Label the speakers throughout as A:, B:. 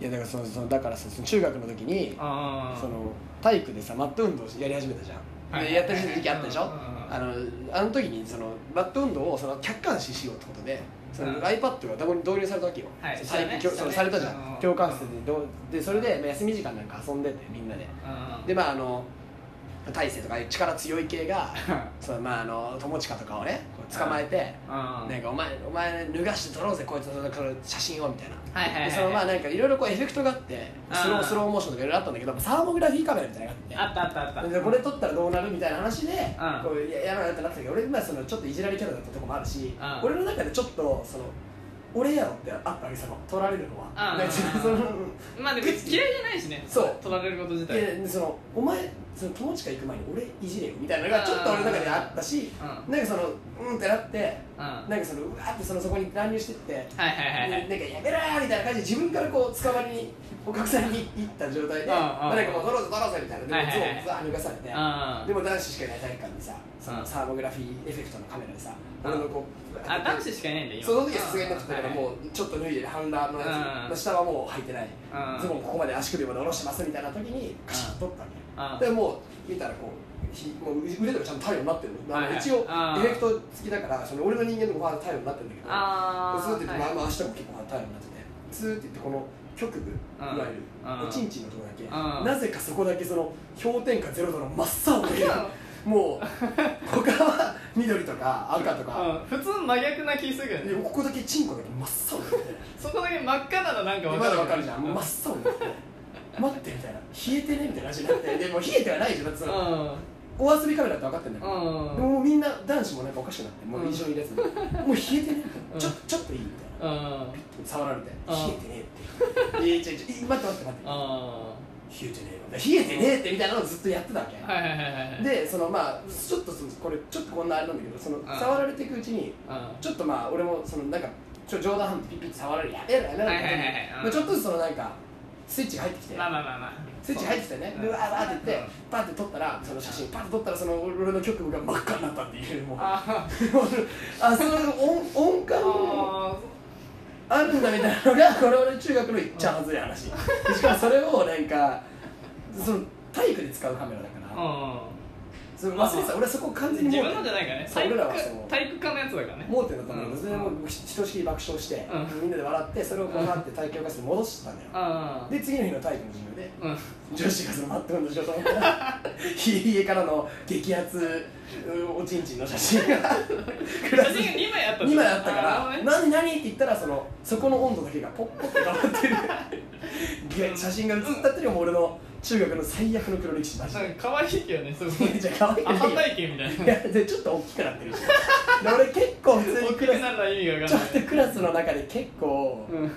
A: やだからそのそのだからさその中学の時に
B: ああ
A: その体育でさマット運動をやり始めたじゃん、
B: はい
A: でやった時期あったでしょ、
B: うんうんうん
A: あのあの時にそのマット運動をその客観視しようってことでその
B: うん
A: iPad がどこに導入されたわけよ、
B: はい
A: その
B: そうだ
A: 体
B: ね
A: 育教そ
B: そ
A: う
B: だ
A: の
B: ね
A: されたじゃ
B: うん
A: ん
B: うん
A: 教官室でどうでそれでまあ休み時間なんか遊んでてみんなで
B: うん
A: でまああの大勢とかああいう力強い系 が
B: う
A: そのまああの友近とかをねこう捕まえて、
B: ん
A: なんかお前お前脱がして撮ろうぜこいつのこの写真をみたいな
B: はいはいはいはい
A: でそのまあなんかいろいろこうエフェクトがあってスロ
B: あ
A: ー
B: ー
A: スローモーションとかいろいろあったんだけどサーモグラフィーカメラみたいなのが
B: あ
A: あ
B: っ
A: った
B: あったあ
A: て
B: っ
A: で
B: た
A: これ撮ったらどうなるみたいな話で
B: ん
A: こうややばいなってなってたけど俺今そのちょっといじられキャラだったとこもあるし
B: うん
A: 俺の中でちょっとその俺やろってあったわけその撮られるのは
B: うん
A: なんかその
B: まあでも別に嫌いじゃないしね
A: そう
B: 取られること自体
A: でそのお前その友近行く前に俺いじれよみたいなのがちょっと俺の中であったし
B: うんうん
A: なんかそのうんってなって
B: はい
A: なんかそのうわーってそのそこに乱入してって
B: はいはいはい
A: でなんかやめろーみたいな感じで自分からこう捕まりに捕獲されに行った状態で
B: うんうん
A: まあなんかもう取ろうぜ取ろうぜみたい
B: はい
A: な
B: は
A: で
B: いはい
A: もゾウザー抜かされて
B: うん
A: でも男子しかいない体育館でさそうの
B: ん
A: サーモグラフィーエフェクトのカメラでさ
B: うん
A: 俺のこう
B: あ男子しかいないんだ今
A: その時はさすがになかったから
B: うん
A: もうちょっと脱いでる半裸のやつ
B: うん
A: まあ下はもう履いてない
B: うん
A: ズボンここまで足首まで下ろしてますみたいな時にカシッと取ったわけ
B: う
A: で
B: ん
A: もう見たらこうひもう腕とかちゃんと太陽になってるの、
B: はいはい
A: 一応エフ
B: あー
A: ェクト付きだからその俺の人間の方が太陽になってるんだけど
B: あー
A: そうやって言って、
B: はい
A: まあ、まあ明日も結構太陽になっててスーって言ってこの局部
B: うん
A: いわゆる
B: うん
A: おちんちんのとこだけ
B: うん
A: なぜかそこだけその氷点下ゼロ度の真っ青の 部
B: あ
A: 屋もう他は緑とか赤とか、
B: うん普通真逆な気するけどね
A: でここだけチンコだけ真っ青で
B: そこだけ真っ赤なのなんか分
A: ま
B: かる
A: だわかるじゃん、
B: う
A: 真っ青になって待ってみたいな冷えてねみたいな話になってでも冷えてはないじゃんだってその
B: う
A: お遊びカメラって分かってんだけど、
B: うん
A: でももうみんな男子もなんかおかしくなってもう印象に入れ て、もう冷えてね
B: う
A: え
B: ん
A: ちょちょっといいみたいなん
B: うん
A: 触られて
B: うん
A: 冷え てねえっていやいやいやいや待って待って待
B: あ
A: って冷えてねえよ冷えてねえってみたいなのをずっとやってたわけ、
B: ーはいはいはいはい
A: でそのまあちょっとそのこれちょっとこんなあれなんだけどその
B: ん
A: 触られていくうちに
B: うん
A: ちょっとまあ俺もそのなんかちょ冗談半分ピッピッて触られるやめろやめろって
B: はいはいはいはいうん
A: まあちょっとずつそのなんかスイッチが入ってきて、
B: まあまあまあまあ
A: スイッチ入ってきてね
B: うん
A: でうわーわーって言っ
B: うん
A: てパッて撮ったらその写真パッて撮ったらその俺の局部が真っ赤になったっていうもう
B: あ
A: あその音音
B: ー
A: 感も
B: あ
A: あるんだみたいなのがこれ俺中学のいっちゃはずい話しかもそれをなんかその体育で使うカメラだか
B: ー
A: ら
B: うん
A: それ忘れてた俺そこ完全に
B: 自
A: 盲
B: 分のじ
A: 点
B: ゃないからね
A: そう
B: 体
A: 俺
B: 育
A: らはそう
B: 科体育科のやつだからね
A: 盲点だったんだけど
B: うん
A: それでもうひとしきり爆笑して
B: うん
A: みんなで笑ってそれをこうなって体教科室に戻してたんだよ
B: あ
A: で次の日の体育の授業で
B: うんうん
A: 女子がそのマット運動しようと思ったら 家からの激アツうんおちんちんの写真がク
B: 写
A: ラス
B: 真が2枚あ った
A: 2枚あったか
B: あーな
A: ら「
B: るほどね
A: 何何?」って言ったらそのそこの温度だけがポッポって変わってる で写真が写ったっていうのも俺の中学の最悪の黒歴史だし
B: なんか可愛いけどねすご い
A: じゃあ可愛く
B: アハ
A: ないよ
B: 体型みたい
A: い
B: な
A: やでちょっと大きくなってるしで俺結構普通
B: 大
A: にク
B: きく
A: ラ
B: なる意味が
A: ス
B: 分
A: ちょ
B: かんな
A: っ
B: い
A: とクラスの中で結構
B: うん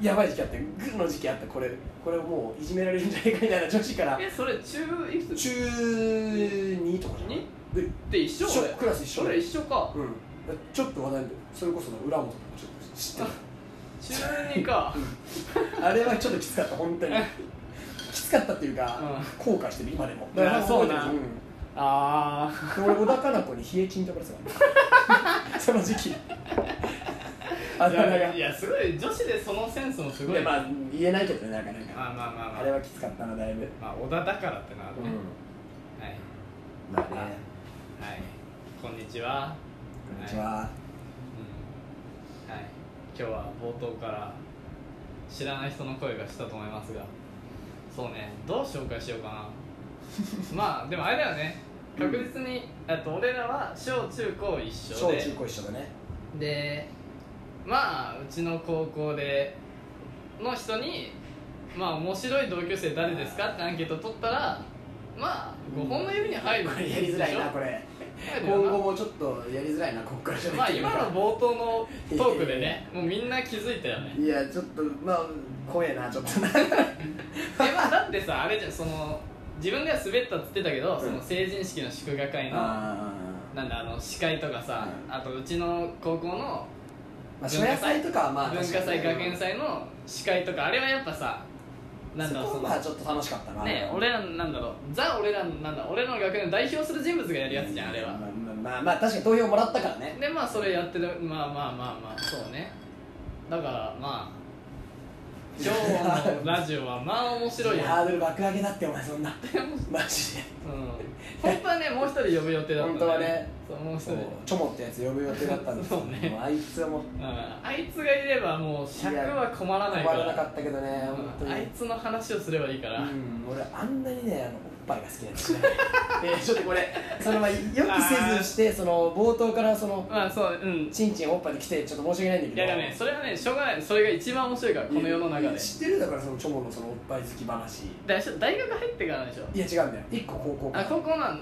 A: やばい時期あってグーの時期あったこれこれもういじめられるんじゃないかみたいな女子から
B: えそれ中いくつ
A: 中2とかじゃないで
B: って一緒
A: 一緒
B: 俺
A: クラス一緒
B: 俺一緒か
A: うんちょっと話題にそれこそ裏本とかちょっと知ってる
B: 中2か
A: あれはちょっときつかった、本当に。きつかったっていうか、後悔してる、今でも。
B: いやそうなん
A: で
B: ああ
A: 俺、小田かな子に冷えチンって呼ばれてた からその時期。あ
B: い
A: だ名が
B: やいやすごい女子でそのセンスもすごい
A: でまあ、言えないけどね、なかな
B: ま
A: か。
B: あまあまあまあ
A: あれはきつかったな、だいぶ。
B: まあ小田だからってのはあるね、はい
A: まあね、
B: はいこんにちは、
A: こんにちは。
B: うん、はい今日は冒頭から知らない人の声がしたと思いますがそうねどう紹介しようか なまあでもあれだよね確実に、あと俺らは小中高一緒
A: 小
B: で
A: 中高一緒だね。
B: でまあうちの高校での人にまあ面白い同級生誰ですかってアンケート取ったらまあ5本の指に入る
A: これやりづらいな、こ
B: れ
A: れ。今後もちょっとやりづらいな、ここからじゃ
B: ま
A: な
B: あ
A: い
B: 今の冒頭のトークでねもうみんな気づいたよね
A: いや、ちょっと、まあ、怖えな、ちょっとな。
B: でまあだってさあれじゃんその自分では滑ったっつってたけど、
A: うん
B: その成人式の祝賀会の
A: あー
B: なんだあの司会とかさ、
A: う
B: あとうちの高校の
A: まあ、初夜祭とかはまあ、
B: 文化
A: 確か
B: 祭
A: に
B: 学園祭の司会とかあれはやっぱさなんだろう
A: そ
B: そ
A: こは
B: の
A: ちょっと楽しかったな
B: ね俺らのなんだろうザ俺らのなんだ俺らの学園を代表する人物がやるやつじゃんあれは
A: まあまあ、まあまあ、確かに投票もらったからね
B: でまあそれやってるまあまあまあまあそうねだからまあ今日のラジオはまあ面白いよ
A: ハードル爆上げだってお前 そんな
B: うん
A: マジで
B: 本当はねもう一人呼ぶ予定だった
A: 本
B: んだ
A: 当はね
B: そうもう一
A: そ
B: 人
A: うチョモってやつ呼ぶ予定だったんですよ
B: そうね
A: もうあいつはもう
B: うんあいつがいればもう尺は困らな
A: 困
B: いから
A: らなかったけどね本当
B: うん
A: に
B: あいつの話をすればいいから、
A: うん、俺あんなにねあのおっぱいが好きなんですね えーちょっとこれそのまあよくせずしてその冒頭からその
B: まあそううん
A: ちんちんおっぱいで来てちょっと申し訳ないんだけ
B: い
A: ど
B: やでもねそれはねしょうがないそれが一番面白いからこの世の中で
A: いや知ってるだからそのチョモのそのおっぱい好き話
B: だ大学入ってからでしょ
A: いや違うんだよ一個高校か
B: あ
A: ら
B: 高校なの
A: う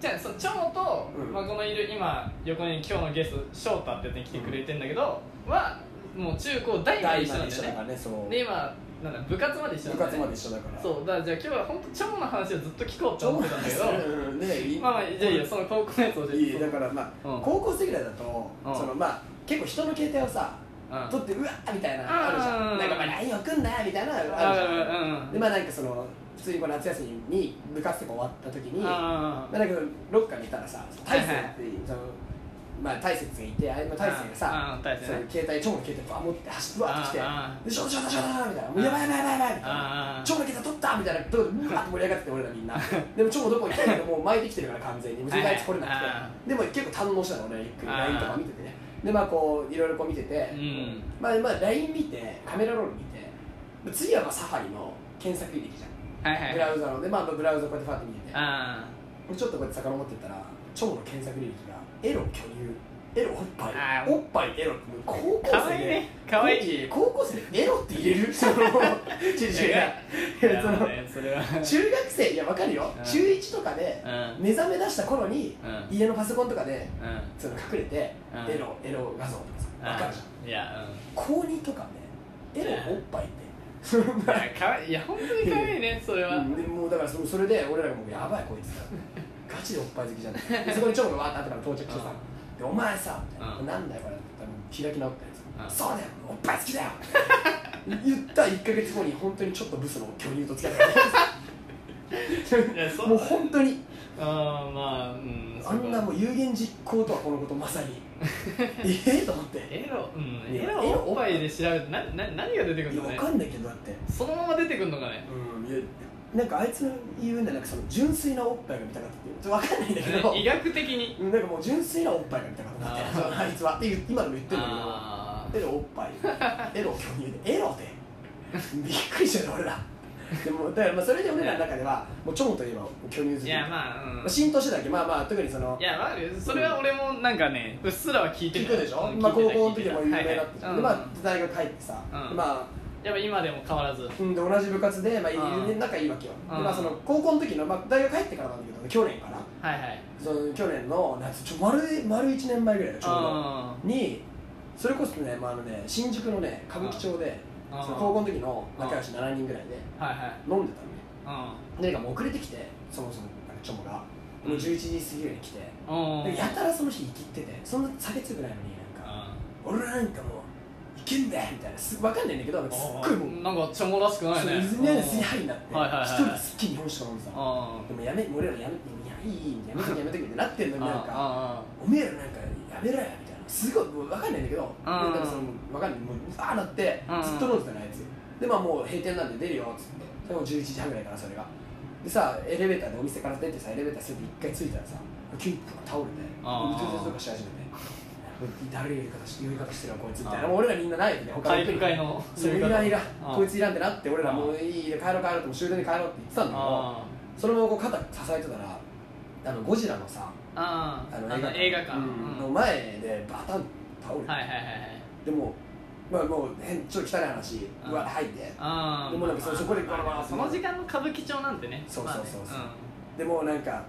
B: じゃあそのチョモと、
A: うん
B: まあ、このいる今横に今日のゲスト翔太ってやつに来てくれてんだけど、はもう中高
A: ん
B: 大が
A: 大
B: 一緒
A: まで
B: なん
A: 一緒
B: だよ
A: だか
B: ね
A: らねそう
B: で今なんだ部活まで一緒な
A: 部
B: んだよ
A: 活
B: ね
A: まで一緒だから
B: そうだからじゃあ今日は本当チョモの話をずっと聞こう
A: ち
B: と
A: ょ
B: 思っ
A: も
B: てたんだけど
A: ね い
B: まあまあじゃあいいよその高校のやつ教えて
A: いいだからまあ、
B: うん
A: 高校生ぐらいだと、
B: うん
A: そのまあ結構人の携帯をさ、
B: うん
A: 取ってうわーみたいな、
B: うん
A: あるじゃん、
B: うん
A: なんかまあ LINE 送んなみたいなのあるじ
B: あ
A: ゃん、
B: うんうん
A: でまあなんかその普通にこう夏休みに部活とか終わった時に、まあ、
B: あ
A: なんかロッカーにいたらさ大勢って
B: はいはい
A: いうそのまあ大雪がいてあれの大雪がさ、
B: うんうん大雪ね
A: その携帯長の携帯バー持って走ってわーってきて
B: うんうん
A: でショーショーショーショーみたいなもうやばいやばいやばいやばいみたい
B: うんう
A: なん長の携帯取ったみたいなとこでうわーって盛り上がってて俺らみ んなでも長どこ行ったけどもう巻いてきてるから完全に別にあいつ来れなく
B: はいはい
A: てでも結構堪能したの俺ゆっくり
B: う
A: LINE
B: ん
A: とか見ててねでまあこういろいろこう見てて、
B: うん
A: まあまあ LINE 見てカメラロール見て次はまあサファリの検索履歴じゃん
B: あはいはい
A: ブ ラウザので、まあ、ブラウザこうやってファッて見てて
B: あ
A: 俺ちょっとこうやって遡ってったら蝶の検索履歴がエロ巨乳エロおっぱ
B: あ
A: い
B: ー
A: おっぱいエロってもう高校生で
B: かわいいねかわいい
A: 高校生でエロって入れ るその違う違う違う
B: あい
A: いや
B: や
A: そ
B: まあ
A: の
B: ね それは
A: 中学生いやわかるよ
B: うん
A: 中1とかで
B: うん
A: 目覚め出した頃に
B: うん
A: 家のパソコンとかで
B: うん
A: その隠れてエ
B: うん
A: ロエロ画像とかさわかるじゃん
B: いやうん
A: 高2とかねエロおっぱいって その
B: いやかわいいいや本当にかわいいねそれは、
A: うんでもうだからそそれで俺らがもうやばいこいつだガチでおっぱい好きじゃないでそこにチョコがわーって後から到着してさ「でお前さ」みたいな
B: うん
A: なんだよこれ」って言ったら開き直ったやつ
B: う
A: そうだよおっぱい好きだよ」言った1か月後に本当にちょっとブスの巨乳と付き合って
B: いやそ
A: た
B: う
A: もう本当に
B: ああまあうん
A: あんなも
B: う
A: う有言実行とはこのことまさ にええと思ってい
B: エロうん
A: いや
B: エ
A: エ
B: ロ
A: ロ
B: おっぱいで調べてなな何が出てくる
A: や
B: の
A: わ
B: ね
A: かんないけどだって
B: そのまま出てくるのかね
A: うんいやなんかあいつの言うんだなんかその純粋なおっぱいが見たかったってちょっとわかんないんだけど
B: ね 医学的に
A: うんなんかもう純粋なおっぱいが見たかったみたいなあいつはっていう今のも言ってるんだ
B: あ
A: けどエロおっぱいエロ巨乳でエロで びっくりしたよ俺らでもだからまあそれで俺らの中ではもうチョモといえば巨乳好
B: ー
A: き
B: いやまあうん
A: 浸透してたわけまあまあ特にその
B: いやまあそれは俺もなんかねうっすらは聞いて
A: 聞
B: る
A: くでしょ、
B: うん
A: まあ、
B: 聞
A: 高
B: いてた
A: 校の時も有名だったじゃん、
B: 聞いてたはいはい
A: でまあ
B: うん
A: 大学入ってさ、
B: うん
A: でま
B: やっぱ今でも変わらず
A: あうんで同じ部活で、まあい
B: うん
A: ね、仲いいわけよ、
B: うん
A: でまあその高校の時の、まあ、大学入ってからなんだけど去年かな
B: はいはい
A: その去年の夏ちょ丸い丸1年前ぐらいだよちょうど
B: あ
A: にそれこそね,、まあ、あのね新宿のね歌舞伎町でそ
B: あ
A: の高校の時の仲良し7人ぐらいで
B: あはいはい
A: 飲んでたのね
B: う
A: でなんかもう遅れてきてそもそもなんかチョモがもう
B: うん
A: 11時過ぎぐらいに来て、
B: んうん
A: でやたらその日生きっててそんな酒強くないのになんか俺なんかもういけんだよみたいなす分かんないんだけどなんかすっごいもう
B: なんかちょもらしくない
A: そう
B: ね
A: 水のすり入りになって
B: はいはいはい
A: 一人すっげえ日本酒と飲んでたの
B: あ
A: でもやめ俺らやめいやいいいいやめとけやめとけってなってんの
B: あ
A: になんか
B: あ
A: おめえらなんかやめろやみたいなすごいもう分かんないんだけど
B: ん
A: なんかその分かんないもうああなって
B: うん
A: ずっと飲んでたのあいつでまあもう閉店なんで出るよっつってでも11時半ぐらいかなそれがでさエレベーターでお店から出てさエレベーターすって一回着いたらさ急にプッと倒れて
B: あー
A: うつうつとかし始めて誰が言い方し言い方してるわこいつみたいなもう俺らみんなないよね
B: あ
A: 他の人
B: 体育
A: に
B: 会の
A: そういらいら
B: うん
A: こいついらんってなって俺ら
B: うん
A: もういいで帰ろう帰ろうってもう終電で帰ろうって言ってたんだけど
B: あ
A: そのままこう肩支えてたらあのゴジラのさ
B: ああ
A: あの
B: あの映画館
A: う
B: うん
A: の
B: ん
A: 前でバタン倒れて、
B: はいはいはいはい
A: でもうまあもう変ちょっと汚い話
B: うん
A: うわって入って
B: ああ
A: でもなんかそそこで
B: まあまあその時間の歌舞伎町なんてね
A: そうそうそうそう
B: まあね
A: でもうなんか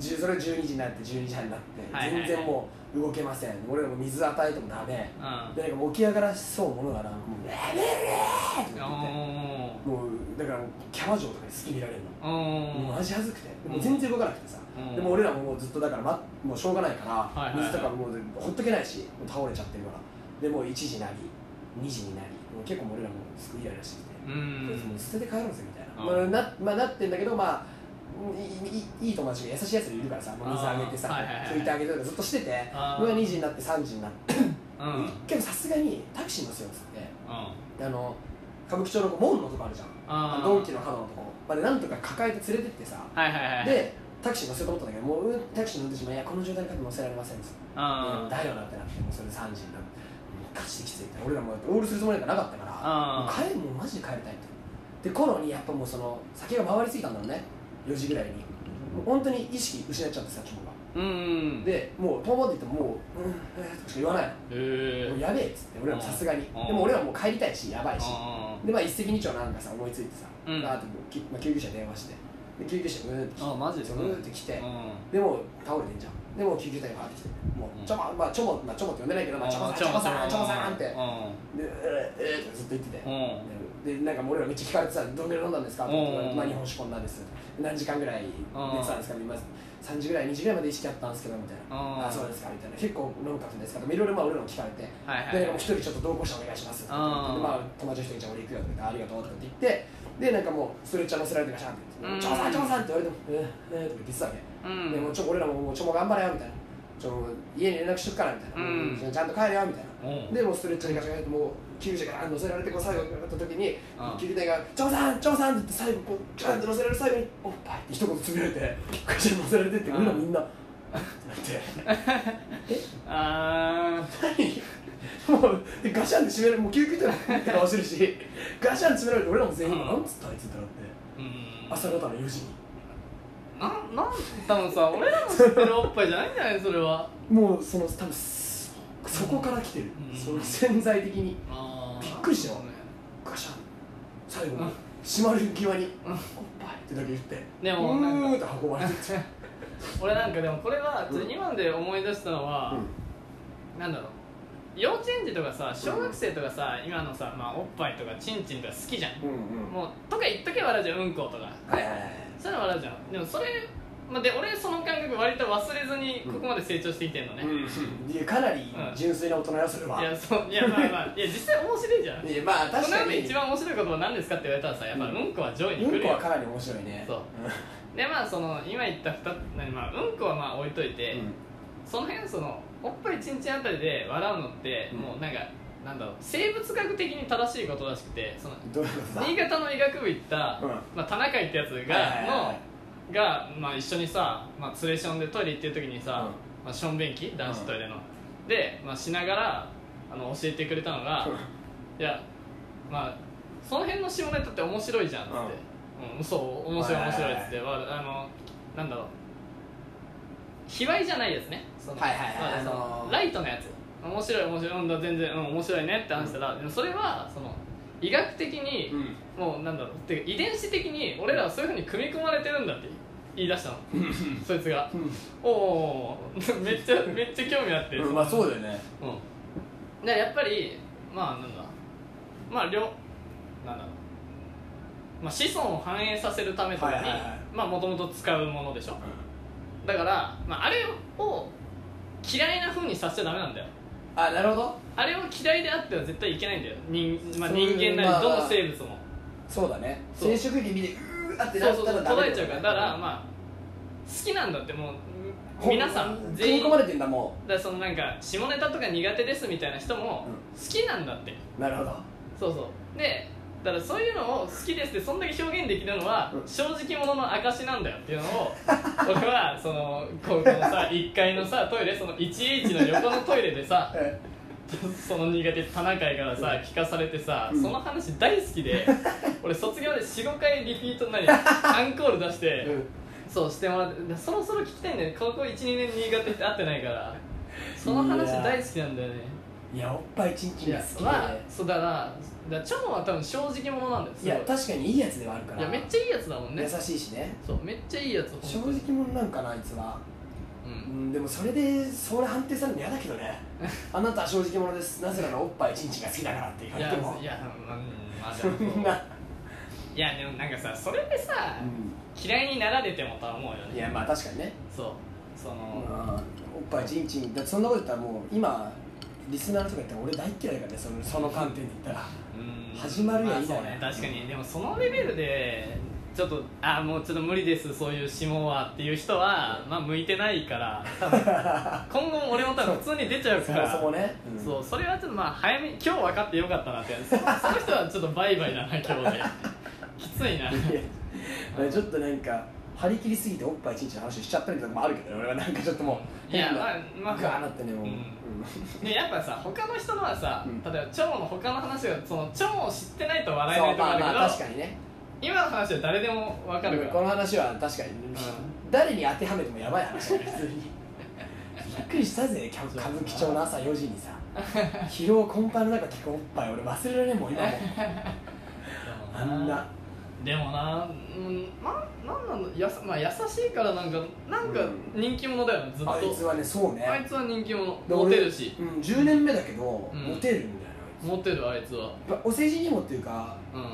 A: じゅそれ12時になって12時半になって、
B: はいはいはい
A: 全然もう動けません俺らも水与えてもダメ
B: うんうん
A: でなんかもう起き上がらしそうものがなもう「やめれ!」って言って
B: お
A: もうだからもうキャバ嬢とかに好き見られるの
B: ーお
A: もうマ
B: ー
A: ジ恥ずくてでも全然動かなくてさ、
B: うん
A: でも俺らももうずっとだから、ま、もうしょうがないから、
B: いはいはい
A: 水とかもうほっとけないしもう倒れちゃってるからでもう1時なり2時になりもう結構もう俺らもすぐイライラしてきて、
B: う
A: とりあえずもうん捨てて帰ろうぜみたいな、
B: うん
A: まあなまあ、なってんだけどまあいいいいいい友達が優しいやつがいるからさもう水あげてさ
B: あーはいはいはい
A: 拭いてあげてとかずっとしてて
B: あー
A: 俺が2時になって3時になって
B: うんうん
A: 結構さすがにタクシー乗せようっつってあの歌舞伎町の門のとこあるじゃん
B: あー
A: ドンキの角のとこまでなんとか抱えて連れてってさ
B: はいはいはい
A: でタクシー乗せようと思ったんだけどもううんタクシー乗ってしまいいやこの状態で乗せられませんっつって
B: あー
A: だよなってなってもうそれで3時になって勝ちてきついって俺らもうオールするつもりなんかなかったから
B: あ
A: もう帰るもうマジで帰りたいってで頃にやっぱもうその酒が回りすぎたんだろうね4時ぐらいにもう本当に意識失っちゃってさ自分が
B: うんうん
A: でもう遠回って言ってももう「うんえー」とかしか言わない
B: え
A: もうやべえっつって俺らもさすがにで
B: うん
A: も俺らもう帰りたいしやばいし
B: あ
A: でまあ一石二鳥なんかさ思いついてさ、
B: うん
A: バーってもうきまあ、救急車に電話してで救急車うーんって来て
B: あマジで
A: うーんって来て、
B: ーうん
A: でも倒れてんじゃんでもう救急隊がバーって来ても
B: うん
A: うちょままあちょもまあちょもって呼んでないけどまあちょもさんちょもさんちょもさんってでうえーえーってずっと言ってて
B: うんうん
A: ででなんかもう俺らめっちゃ聞かれてさどんぐらい飲んだんですかって言われ
B: う
A: て
B: ん
A: まあ日本酒こんなんです何時間ぐらい寝てたんですか見ます3時ぐらい2時ぐらいまで意識あったんですけどみたい
B: うん
A: なあそうですかみたいな結構飲むかったんですかとかいろいろまあ俺らも聞かれて
B: はいはい
A: でなんかもう一人ちょっと同行者お願いしますって言って、
B: うん
A: でまあ、友達一人じゃあ俺行くよって言ってありがとうとかって言ってでなんかもうストレッチャー乗せられてガシャンって言って「ちょもさんちょもさん」って言われても「えーえー」とか言ってたわけ
B: うん
A: でもうちょ俺らももうちょも頑張れよみたいなちょ家に連絡しとくからみたいな、
B: うん
A: ちゃんと帰れよみたいな、
B: うん
A: でもうストレッチャーにガチャガチャってもう救急車から乗せられてこう最後になった時に
B: うん
A: 救急隊が「ちょさんちょさん」って言って最後こうちゃんと乗せられる最後に「おっぱい」って一言つぶやいてガチャに乗せられてって
B: うん
A: 俺らみんなってなってえ
B: あ
A: 何もうでガシャンって閉められもう救急隊もって顔してるしガシャンって閉められて俺らも全員
B: う
A: 「
B: ん
A: なんつったあいつ」ってなって
B: ーうん
A: 朝方の4時に
B: なんなん多分さ 俺らの知ってるおっぱいじゃないんじゃないそれは
A: もうその多分そそこから来てる、
B: うん
A: その潜在的に。
B: あー
A: びっくりしたよガシャン最後に閉まる際に「おっぱい」ってだけ言って
B: で
A: う
B: もなんか
A: ーんって運ばれてっちゃう
B: 俺なんかでもこれは今で思い出したのは、なんだろう幼稚園児とかさ小学生とかさ、今のさ、まあ、おっぱいとかチンチンとか好きじゃん
A: うんうん
B: もうとか言っとけば笑うじゃんうんことか
A: はいはいはい
B: そういうの笑うじゃんでもそれ、まあ、で俺その感覚割と忘れずにここまで成長してきてんのね、
A: いやかなり純粋な大人よそれはい
B: やそういやまあまあいや実際面白いじゃん
A: いやまあ
B: この
A: 確か
B: 世で
A: に
B: 一番面白い言葉何ですかって言われたらさやっぱ
A: うん
B: うんこは上位に
A: う
B: 来
A: ん
B: る
A: こ
B: よ、
A: はかなり面白いね
B: そうでまあその今言った2つ、何まあ、うんこはまあ置いといて、
A: うん
B: その辺そのおっぱいちんちんあたりで笑うのって、
A: うん
B: もうなんかなんだろう生物学的に正しいことらしくてその
A: どういうことだ
B: 新潟の医学部行った、
A: うん
B: まあ、田中ってやつが、
A: はいはいはい
B: のが、まあ、一緒にさ、まあ、連れションでトイレ行ってる時にさ、
A: う
B: まあ、しょんべん機男子トイレの、で、まあ、しながらあの教えてくれたのが、いやまあその辺の下ネタって面白いじゃんっつって、うんそう面白い面白いっつって、わあのなんだろう卑猥じゃないやつねその
A: はいはいはい
B: まあ
A: あのー
B: ライトのやつ面白い面白いうんだ全然、うん、面白いねって話したら、でもそれはその医学的に、
A: うん
B: もうなんだろうっていうか遺伝子的に俺らはそういうふうに組み込まれてるんだって言い出したのそいつがおーおーおーめっちゃめっちゃ興味あって、
A: うんまあそうだよね
B: うん、でやっぱりまあなんだまあ両なんだろう、まあ、子孫を繁栄させるためとかに
A: はいはいはい
B: まあもともと使うものでしょだから、まあ、あれを嫌いな風にさせちゃダメなんだよ
A: あなるほど
B: あれを嫌いであっては絶対いけないんだよ人,、まあ、
A: そう
B: 人間な
A: まあ
B: りどの生物も、
A: そうだね
B: そう
A: 生殖器見てうーって
B: そ
A: な
B: う
A: っ
B: そう
A: た
B: そう
A: ら
B: 途
A: ダメ
B: 絶えちゃうからだから
A: あ
B: まあ好きなんだってもう皆さん
A: 組
B: 全
A: み
B: 員
A: 込まれてんだも
B: だからそのなんか下ネタとか苦手ですみたいな人も
A: う
B: 好きなんだって、
A: うなるほど
B: そうそうでだからそういうのを好きですってそんだけ表現できるのは
A: うん
B: 正直者の証なんだよっていうのを俺はそのここのさ1階のさトイレその 1H の横のトイレでさ
A: え
B: その苦手田中からさ聞かされてさ、
A: うん
B: その話大好 きで俺卒業で45回リピートになりアンコール出して、
A: うん
B: そうしてもらってそろそろ聞きたいんだよねここ12年新潟って会ってないからその話大好きなんだよね
A: いやおっぱいちんち
B: い
A: んが
B: や
A: 好きで
B: まあそうだなだからチョモは多分正直者なんだよす
A: い
B: ごい
A: や確かにいいやつではあるから
B: いやめっちゃいいやつだもんね
A: 優しいしね
B: そうめっちゃいいやつ
A: 正
B: 本当
A: 直
B: に
A: 者なんかなあいつは、
B: う
A: うんん、でもそれでそれ判定されるの嫌だけど ねあなたは正直者ですなぜならおっぱいちんちんが好きだからって言わ
B: い
A: れ
B: や
A: ても
B: いやまあうんまあで
A: そ
B: もそうん
A: な、
B: いやでもなんかさそれでさ、
A: う
B: 嫌いになられてもとは思うよ
A: ん、
B: ね
A: いやまあ確かにね、
B: そうそ
A: うん、お
B: の、
A: っぱいちんちんだってそんなこと言ったらもう今リスナーの人が言ったら俺大っ嫌いだからねそ のその観点で言ったら
B: うん
A: 始まるや
B: まあ
A: いい
B: そ
A: だ
B: う
A: よ
B: ね確かにでもそのレベルでちちょっとあもうちょっと無理ですそういう指紋はっていう人は、まあ、向いてないから 多分今後も俺も多分普通に出ちゃう
A: そ
B: か
A: も
B: ら
A: そもね、うん
B: そうそれはちょっとまあ早めに今日分かってよかったなってそその人はちょっとバイバイだな今日 できついない
A: やまあちょっとなんか張り切りすぎておっぱいちんちんの話しちゃったりとかもあるけどね俺はなんかちょっともう
B: いや
A: 変な
B: まあまあ
A: ガーなってねもう、
B: うん
A: うん
B: でやっぱさ他の人のはさ、
A: うん
B: 例えば腸の他の話はその腸を知ってないと笑えな
A: そ
B: いうとこ
A: まあ
B: あるけど、
A: まあ確かにね
B: 今の話は誰でも分かるか
A: こ
B: ら
A: の話は確かに、誰に当てはめてもやばい話だね普通にびっくりしたぜきゃ歌舞伎町の朝4時に さ疲労困憊の中聞くおっぱい俺忘れられんもん 今もあんな
B: でもな、うん、まなんなのやさ、まあ、優しいからなんかなんか人気者だよねずっと
A: あ
B: あい
A: いつはねそうね
B: つは人気者
A: で
B: モテるし
A: 俺うん、10年目だけど、
B: うん
A: モテるんだよね
B: モテるあいつは
A: やっぱお世辞にもっていうか
B: うん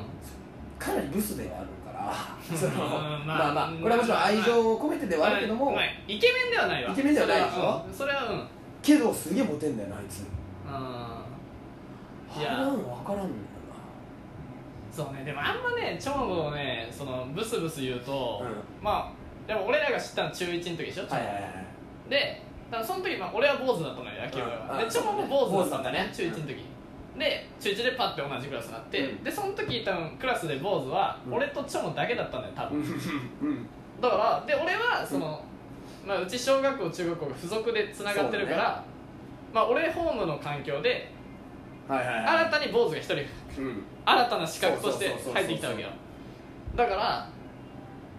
A: かなりブスではあるからその
B: う
A: ま
B: んま
A: あ
B: あ
A: まあこれはもちろん愛情を込めてではあるけども、
B: まあイケメンではないわ
A: イケメンではないでしょ
B: それはうんそれは
A: けどすげえモテんだよなあいつ
B: うんいや
A: あれなん分からんのよ
B: うんそうねでもあんまね長野をねそのブスブス言うと、
A: う
B: まあでも俺らが知ったの中1の時でしょ、
A: なはいはいはいはい
B: で多分その時、まあ、俺は坊主だったのよ野球部は、
A: うん
B: で
A: あ
B: チョモも坊主だったんだね
A: 坊
B: 中
A: 主だっ
B: 1
A: たね
B: の時、で中1でパッて同じクラスになって、
A: うん
B: でその時多分クラスで坊主は
A: うん
B: 俺とチョモだけだったんだよ多
A: う
B: 分、
A: んうん
B: だからで俺はその、うまあ、うち小学校中学校が付属でつながってるから、まあ、俺ホームの環境で
A: はいはい
B: 新たに坊主が一人
A: い、うん、
B: 新たな資格として
A: そうそうそうそうそう
B: 入ってきたわけよだから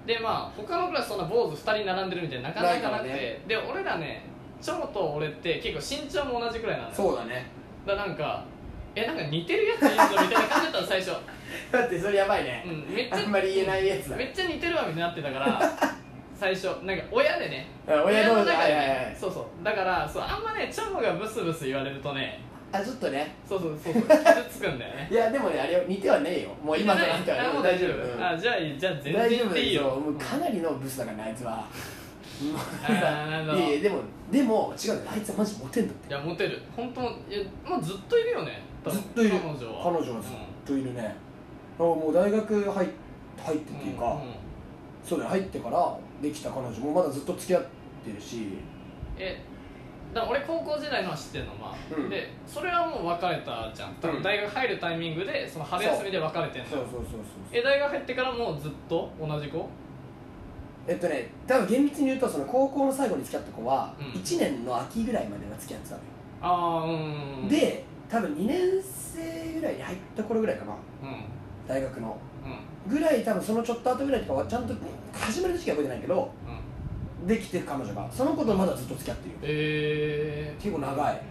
B: でまあ他のクラスそんな坊主2人並んでるみたいななかなかなく
A: ないか
B: て
A: らね
B: で俺らねチョモと俺って結構身長も同じくらいなのよ
A: そうだね
B: だからなんかえなんか似てるやついるぞみたいな感じだ ったの最初、
A: だってそれやばいね
B: うん、めっちゃ
A: あんまり言えないやつだ
B: めっちゃ似てるわみたいになってたから 最初なんか親でね
A: うん親同士
B: の中
A: はい
B: でね
A: はいはい
B: そうそうだからそうあんまねチョモがブスブス言われるとね
A: あちょっとね
B: そうそ うそうそう傷つくんだよね
A: いやでもねあれよ似てはねえよもう今となっては
B: あも
A: ね
B: う大丈
A: う
B: 夫
A: ん
B: あじゃあいいじゃあ全然
A: 大丈
B: 言っ
A: 夫
B: てい
A: で
B: い
A: しょ
B: よ
A: もうかなりのブスだからねあいつはもう
B: あーなるほ
A: さ
B: ど
A: いやいやでもでも違うんだよあいつはマジモテんだって
B: いやモテる本当いやもうずっといるよね多分
A: ずっといる
B: 彼女は
A: 彼女はずっといるね、あもう大学入っ入ってっていうか、
B: んん
A: そうだよ入ってからできた彼女もまだずっと付き合ってるし
B: えだから俺高校時代のは知ってるのまあ、
A: うん
B: でそれはもう別れたじゃん多
A: うん
B: 分大学入るタイミングでその春休みで別れてん
A: そう
B: の
A: そうそうそう
B: え大学入ってからもうずっと同じ子
A: えっとね多分厳密に言うとその高校の最後に付き合った子は
B: うん
A: 1年の秋ぐらいまでは付き合ってたのよ、
B: ああうんうん、
A: で多分2年生ぐらいに入った頃ぐらいかな
B: うん
A: 大学の
B: うん
A: ぐらい多分そのちょっと後ぐらいとかはちゃんと始まる時期は覚えてないけど
B: うん
A: できてる彼女がその子とまだずっと付き合ってるよ
B: え
A: 結構長い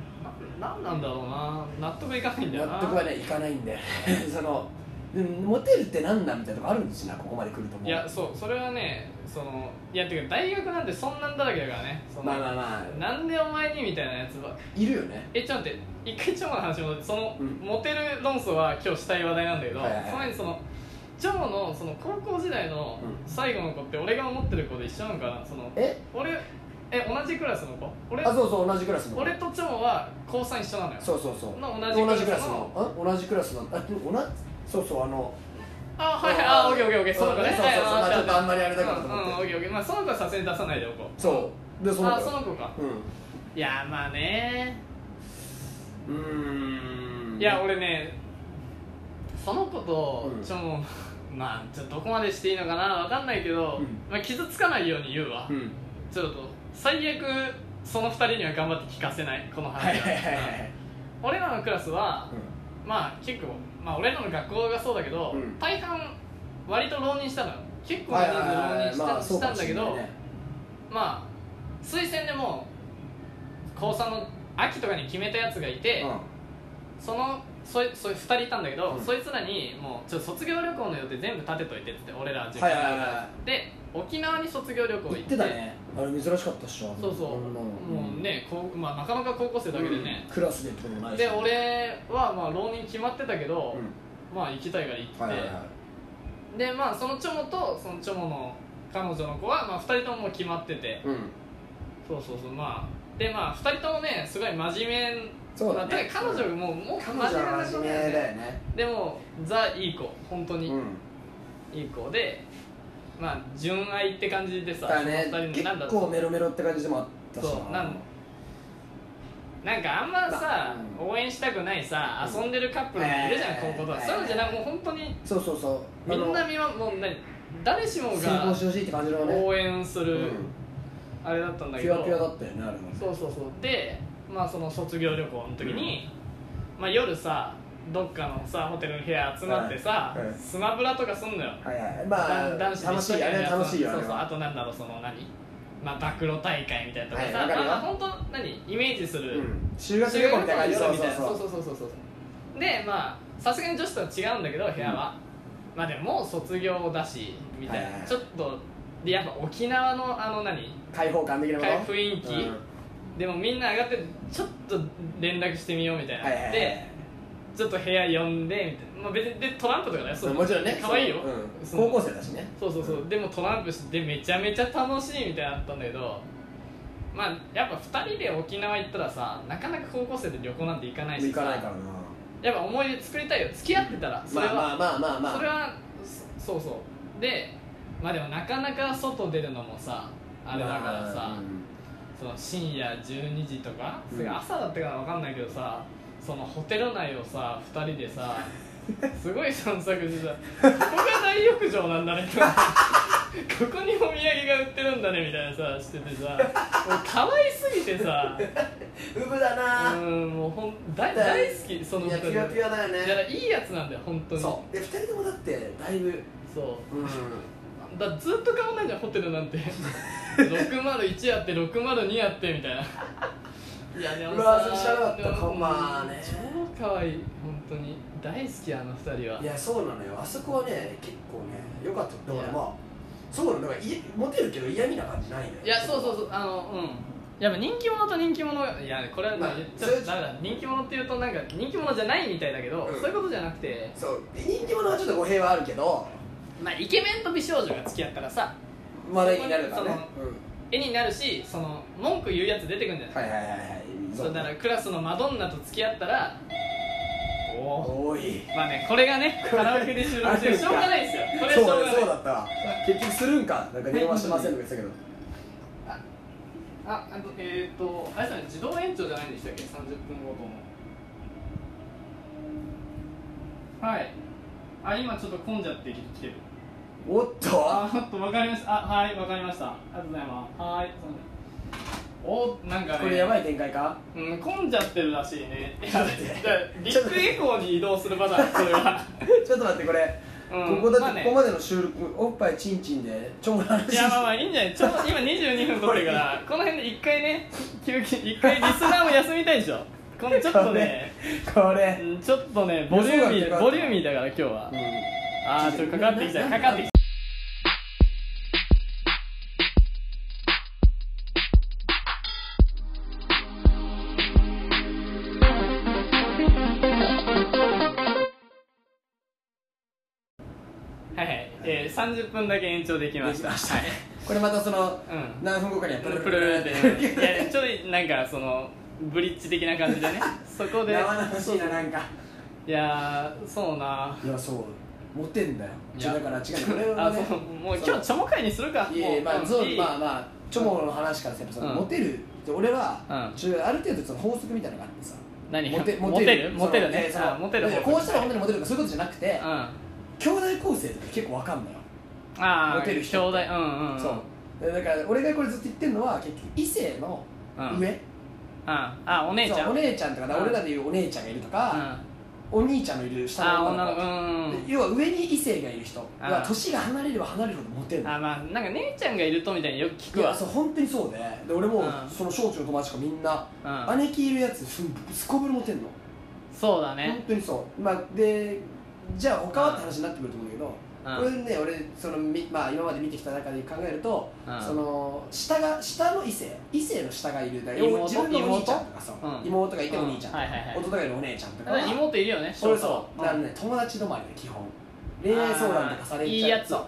B: ー、ななんなんだろうな納得いかないんだよな
A: 納得はねいかないんで そのでもモテるってなんだみたいなとこあるんですなここまで来るともう
B: いやそうそれはねそのいやてか大学なんてそんなんだらけだからねその
A: まあまあまあ
B: なんでお前にみたいなやつばっか
A: いるよね
B: えちょっと待って一回チョモの話戻ってその、
A: うん
B: モテる論争は今日したい話題なんだけど、
A: はいはいはい
B: その前にそのチョモのその高校時代の
A: う
B: 最後の子って俺が思ってる子で一緒なのかなその
A: え
B: 俺え同じクラスの子俺
A: あそうそう同じクラスの
B: 俺とチョモは高3一緒なのよ
A: そうそうそう
B: の同じク
A: ク
B: ラスの
A: ラスのあ同じクラスのあでも同じそうそうあの
B: あはいはいあオッケーオッケーオッケー
A: そ
B: そうの子ね
A: そうそう
B: はい
A: そう
B: あ
A: ちょっとあんまりあれだからと
B: うん
A: 思
B: う
A: って
B: んオッケーオッケーまあその子はさすがに出さないでおこう
A: そうでその
B: あ
A: 子
B: その子か
A: う
B: いやまあね
A: んうーん
B: いや俺ねその子と
A: うん
B: ちょも、 まあちょっとどこまでしていいのかなわかんないけど、
A: うん
B: まあ、傷つかないように言うわ、
A: うん
B: ちょっと最悪その2人には頑張って聞かせないこの
A: はい
B: 話
A: はいはいは
B: は、
A: い
B: うん俺らのクラスはまあ結構、まあ、俺らの学校がそうだけど、
A: うん
B: 大半割と浪人したのよ結
A: うん
B: 構
A: は
B: ない人
A: はいはいはい
B: 数浪人した,、
A: まあそうか
B: た
A: も
B: ん
A: し
B: だけ
A: れな
B: ど
A: いね
B: まあ推薦でもう高3の秋とかに決めたやつがいて、そのそいそい2人いたんだけど、
A: うん
B: そいつらにもうちょっと卒業旅行の予定全部立てといてっつって俺らは
A: うん
B: 自
A: は
B: 分
A: い
B: で、
A: はいはいは
B: で沖縄に卒業旅行
A: い
B: 行っ
A: 言っ
B: て
A: てたねあれ珍しかったっしょ
B: そうそう、
A: あんなの
B: もうねこう、まあ、なかなか高校生だけでね
A: うん、クラスでってこともないし
B: で俺はまあ浪人決まってたけど、
A: う
B: まあ行きたいから行って、
A: んはいはいはい
B: でまあそのチョモとそのチョモの彼女の子は、まあ、2人とももう決まってて
A: うん
B: そうそうそうまあでまあ2人ともねすごい真面目
A: そうだ
B: な
A: ね
B: 彼女ももう
A: 彼女は真
B: 真
A: 面
B: 面
A: 目
B: 目な子だよね
A: だよね
B: でもザいい子本当
A: う
B: に
A: ん
B: いい子で、まあ純愛って感じでさ
A: だね
B: その二人
A: 結
B: のなんだ
A: 構メロメロって感じでもあったしな
B: そうなんなんかあんまさ、応援したくないさ遊んでるカップルもいるじゃん、
A: うん
B: 高校とか、
A: はい
B: そういうのじゃなくもう本当に
A: そうそうそう
B: みん
A: あ
B: な
A: の
B: 見まもう何誰しも
A: 成功
B: が
A: してほしいって感じのね
B: 応援す
A: う
B: る
A: ん
B: あれだったんだけ
A: ピ
B: ど、
A: ュアピュアだったよねあれもね
B: そうそうそうでまあその卒業旅行の時に、まあ、夜さどっかのさホテルの部屋集まってさ、
A: はいはい
B: スマブラとかすんのよ、
A: はいはいまあ
B: だ男子
A: 楽しいあれは楽しいよあ
B: そう
A: れ
B: そうあ
A: は
B: となんだろうその何まあ暴露大会みたいなとかさ、
A: はいわかる
B: ま
A: よ
B: あまあ本当何イメージす
A: う
B: る、
A: ん修学旅行みたいな感じ
B: そ
A: そ
B: う
A: うそうそう
B: そうそうそうそうそうでまあさすがに女子とは違うんだけど部屋は、まあでももう卒業だしみたいな、
A: はいはい
B: ちょっとでやっぱ沖縄のあの何
A: 開放感的なこと
B: 雰囲気
A: うん
B: でもみんな上がってちょっと連絡してみようみたいな、
A: はいはいはい
B: でちょっと部屋呼んでみたいな、まあ、別にでトランプとかだよ
A: そうもちろんね
B: 可愛いよ、
A: うん
B: その
A: 高校生だしね
B: そうそうそう、
A: うん
B: でもトランプしてめちゃめちゃ楽しいみたいなのあったんだけどまあやっぱ2人で沖縄行ったらさなかなか高校生で旅行なんて行かないし
A: 行
B: さ
A: かないからな
B: やっぱ思い出作りたいよ付き合ってたらそれは、
A: まあまあまあまあまあ
B: それはそそうそうでまあでもなかなか外出るのもさあれだからさ、
A: まあうん
B: その深夜12時とか、
A: うん
B: それ朝だったかな分かんないけどさそのホテル内をさ2人 でさすごい散策してさここが大浴場なんだねとここにお土産が売ってるんだねみたいなさしててさもう可愛すぎて さ
A: ウブだ
B: う
A: なん
B: もうほん大大好きその
A: いや
B: 人
A: ピュアピュアだよ
B: いや
A: ね
B: いいやつなんだよ本当に
A: そうで二人ともだってだいぶ
B: そう
A: うん
B: だずっと変わんないじゃんホテルなんて601やって602やってみたいないやで
A: うわそれ知らなかった
B: でも
A: まあね
B: 超可愛い本当に大好きあの二人はい
A: やそうなのよあそこはね結構ね良かっただから
B: いや
A: まあそうなのだからいモテるけど嫌味な感じないのよ
B: いやそうそうそうあのうんやっぱ人気者と人気者いやこれはね
A: まあ
B: 言っちゃダメだ人気者っていうとなんか人気者じゃないみたいだけど、
A: うん
B: そういうことじゃなくて
A: そう人気者はちょっと語弊はあるけど
B: まあイケメンと美少女が付き合ったらさ
A: 話題になるからねう
B: 絵になるしその文句言うやつ出てくんじゃない
A: んはいはいはいはい
B: そうだからクラスのマドンナと付き合ったらおお
A: 多い
B: まあねこれがねカラオケで収録してるしょうがないですよこれはし
A: そうだ
B: ょうがない
A: そうだったわ結局するんかなんか電話してませんとか言ってたけど
B: ああとえっ、ー、とあれさ自動延長じゃないんでしたっけ30分ごとのはいあ今ちょっと混んじゃってきてる
A: おっと
B: あーっとわかりましたあはいわかりましたありがとうございますはいすいませんおなんかね
A: これやばい展開か
B: うん、混んじゃってるらしいね。だ
A: ちょ
B: か
A: っと
B: ら
A: 待って
B: ビッグエコーに移動するパターン、それは。
A: ちょっと待ってこれ
B: うん
A: ここ
B: ま
A: だ
B: あ
A: って
B: ね
A: ここまでの収録おっぱいちんちんでちょもの話
B: いやまあまあいいんじゃないちょうど今22分撮ってるから この辺で一回ね休憩一回リスナーも休みたいでしょこのちょっとね
A: これ
B: うんちょっとねボリューミーボリューミーだから今日はあーちょっとかかってきたかかってきたはいはい、えー、30分だけ延長できまし
A: で
B: た
A: きましたねこれまたその
B: はいうん
A: 何分後かには
B: プルプルってい やちょいなんかそのブリッジ的な感じでねそこで
A: 生々しいななんか
B: いやーそうない
A: やそうモテんだよ
B: い
A: ちょ
B: や
A: だから違うこれは
B: あ
A: ね
B: そうもう
A: そう
B: 今日チョモ会にするか
A: いやいや
B: も
A: まあ
B: ん
A: そう
B: いい
A: まあまあチョモの話からすればさ
B: うん
A: モテるって俺は
B: うん
A: ちょある程度その法則みたいなのがあってさ
B: 何
A: モテ
B: モテる
A: その
B: モテる
A: いやい
B: ね
A: やその
B: あモテる
A: いや
B: 方
A: こうしたら本当にモテるとかそういうことじゃなくて
B: うんあ
A: 兄弟構成とか結構わかんのよ
B: あ
A: モテる人
B: 兄弟うんうん
A: そうだから俺がこれずっと言ってるのは結局異性の
B: うん
A: 上
B: ああお姉ちゃ
A: そ
B: ん
A: うお姉ちゃんとかだから
B: うん
A: 俺らでいうお姉ちゃんがいると
B: うん
A: か
B: あ
A: お兄ちゃんのいる下
B: あ
A: の女
B: 女
A: の
B: の
A: 子
B: 子うん
A: で要は上に異性がいる人
B: あ
A: は
B: あ
A: 年が離れれば離れるほどモテるの
B: あまあなんか姉ちゃんがいるとみたいによく聞
A: い
B: くわ
A: やそう本当にそうでで俺も
B: うん
A: その小中の友達とかみんな
B: うん
A: 姉貴いるやつすんすこぶるモテんの
B: そうだ
A: 本
B: ね
A: 当にそうまあでじゃあ他はって話になってくると思うけど
B: うん
A: これね俺そのみまあ今まで見てきた中で考えると
B: うん
A: その下が下の異性異性の下がいるだ
B: 妹
A: 自分のお兄ちゃんとかそう
B: うん
A: 妹がいてお兄ちゃん
B: うはいはいはい
A: 弟がいるお姉ちゃんとか
B: だから妹いるよね
A: 俺そう
B: う
A: だから
B: ん
A: ね友達止まりで基本恋愛相談とかされちゃう
B: あーいいやつ
A: そう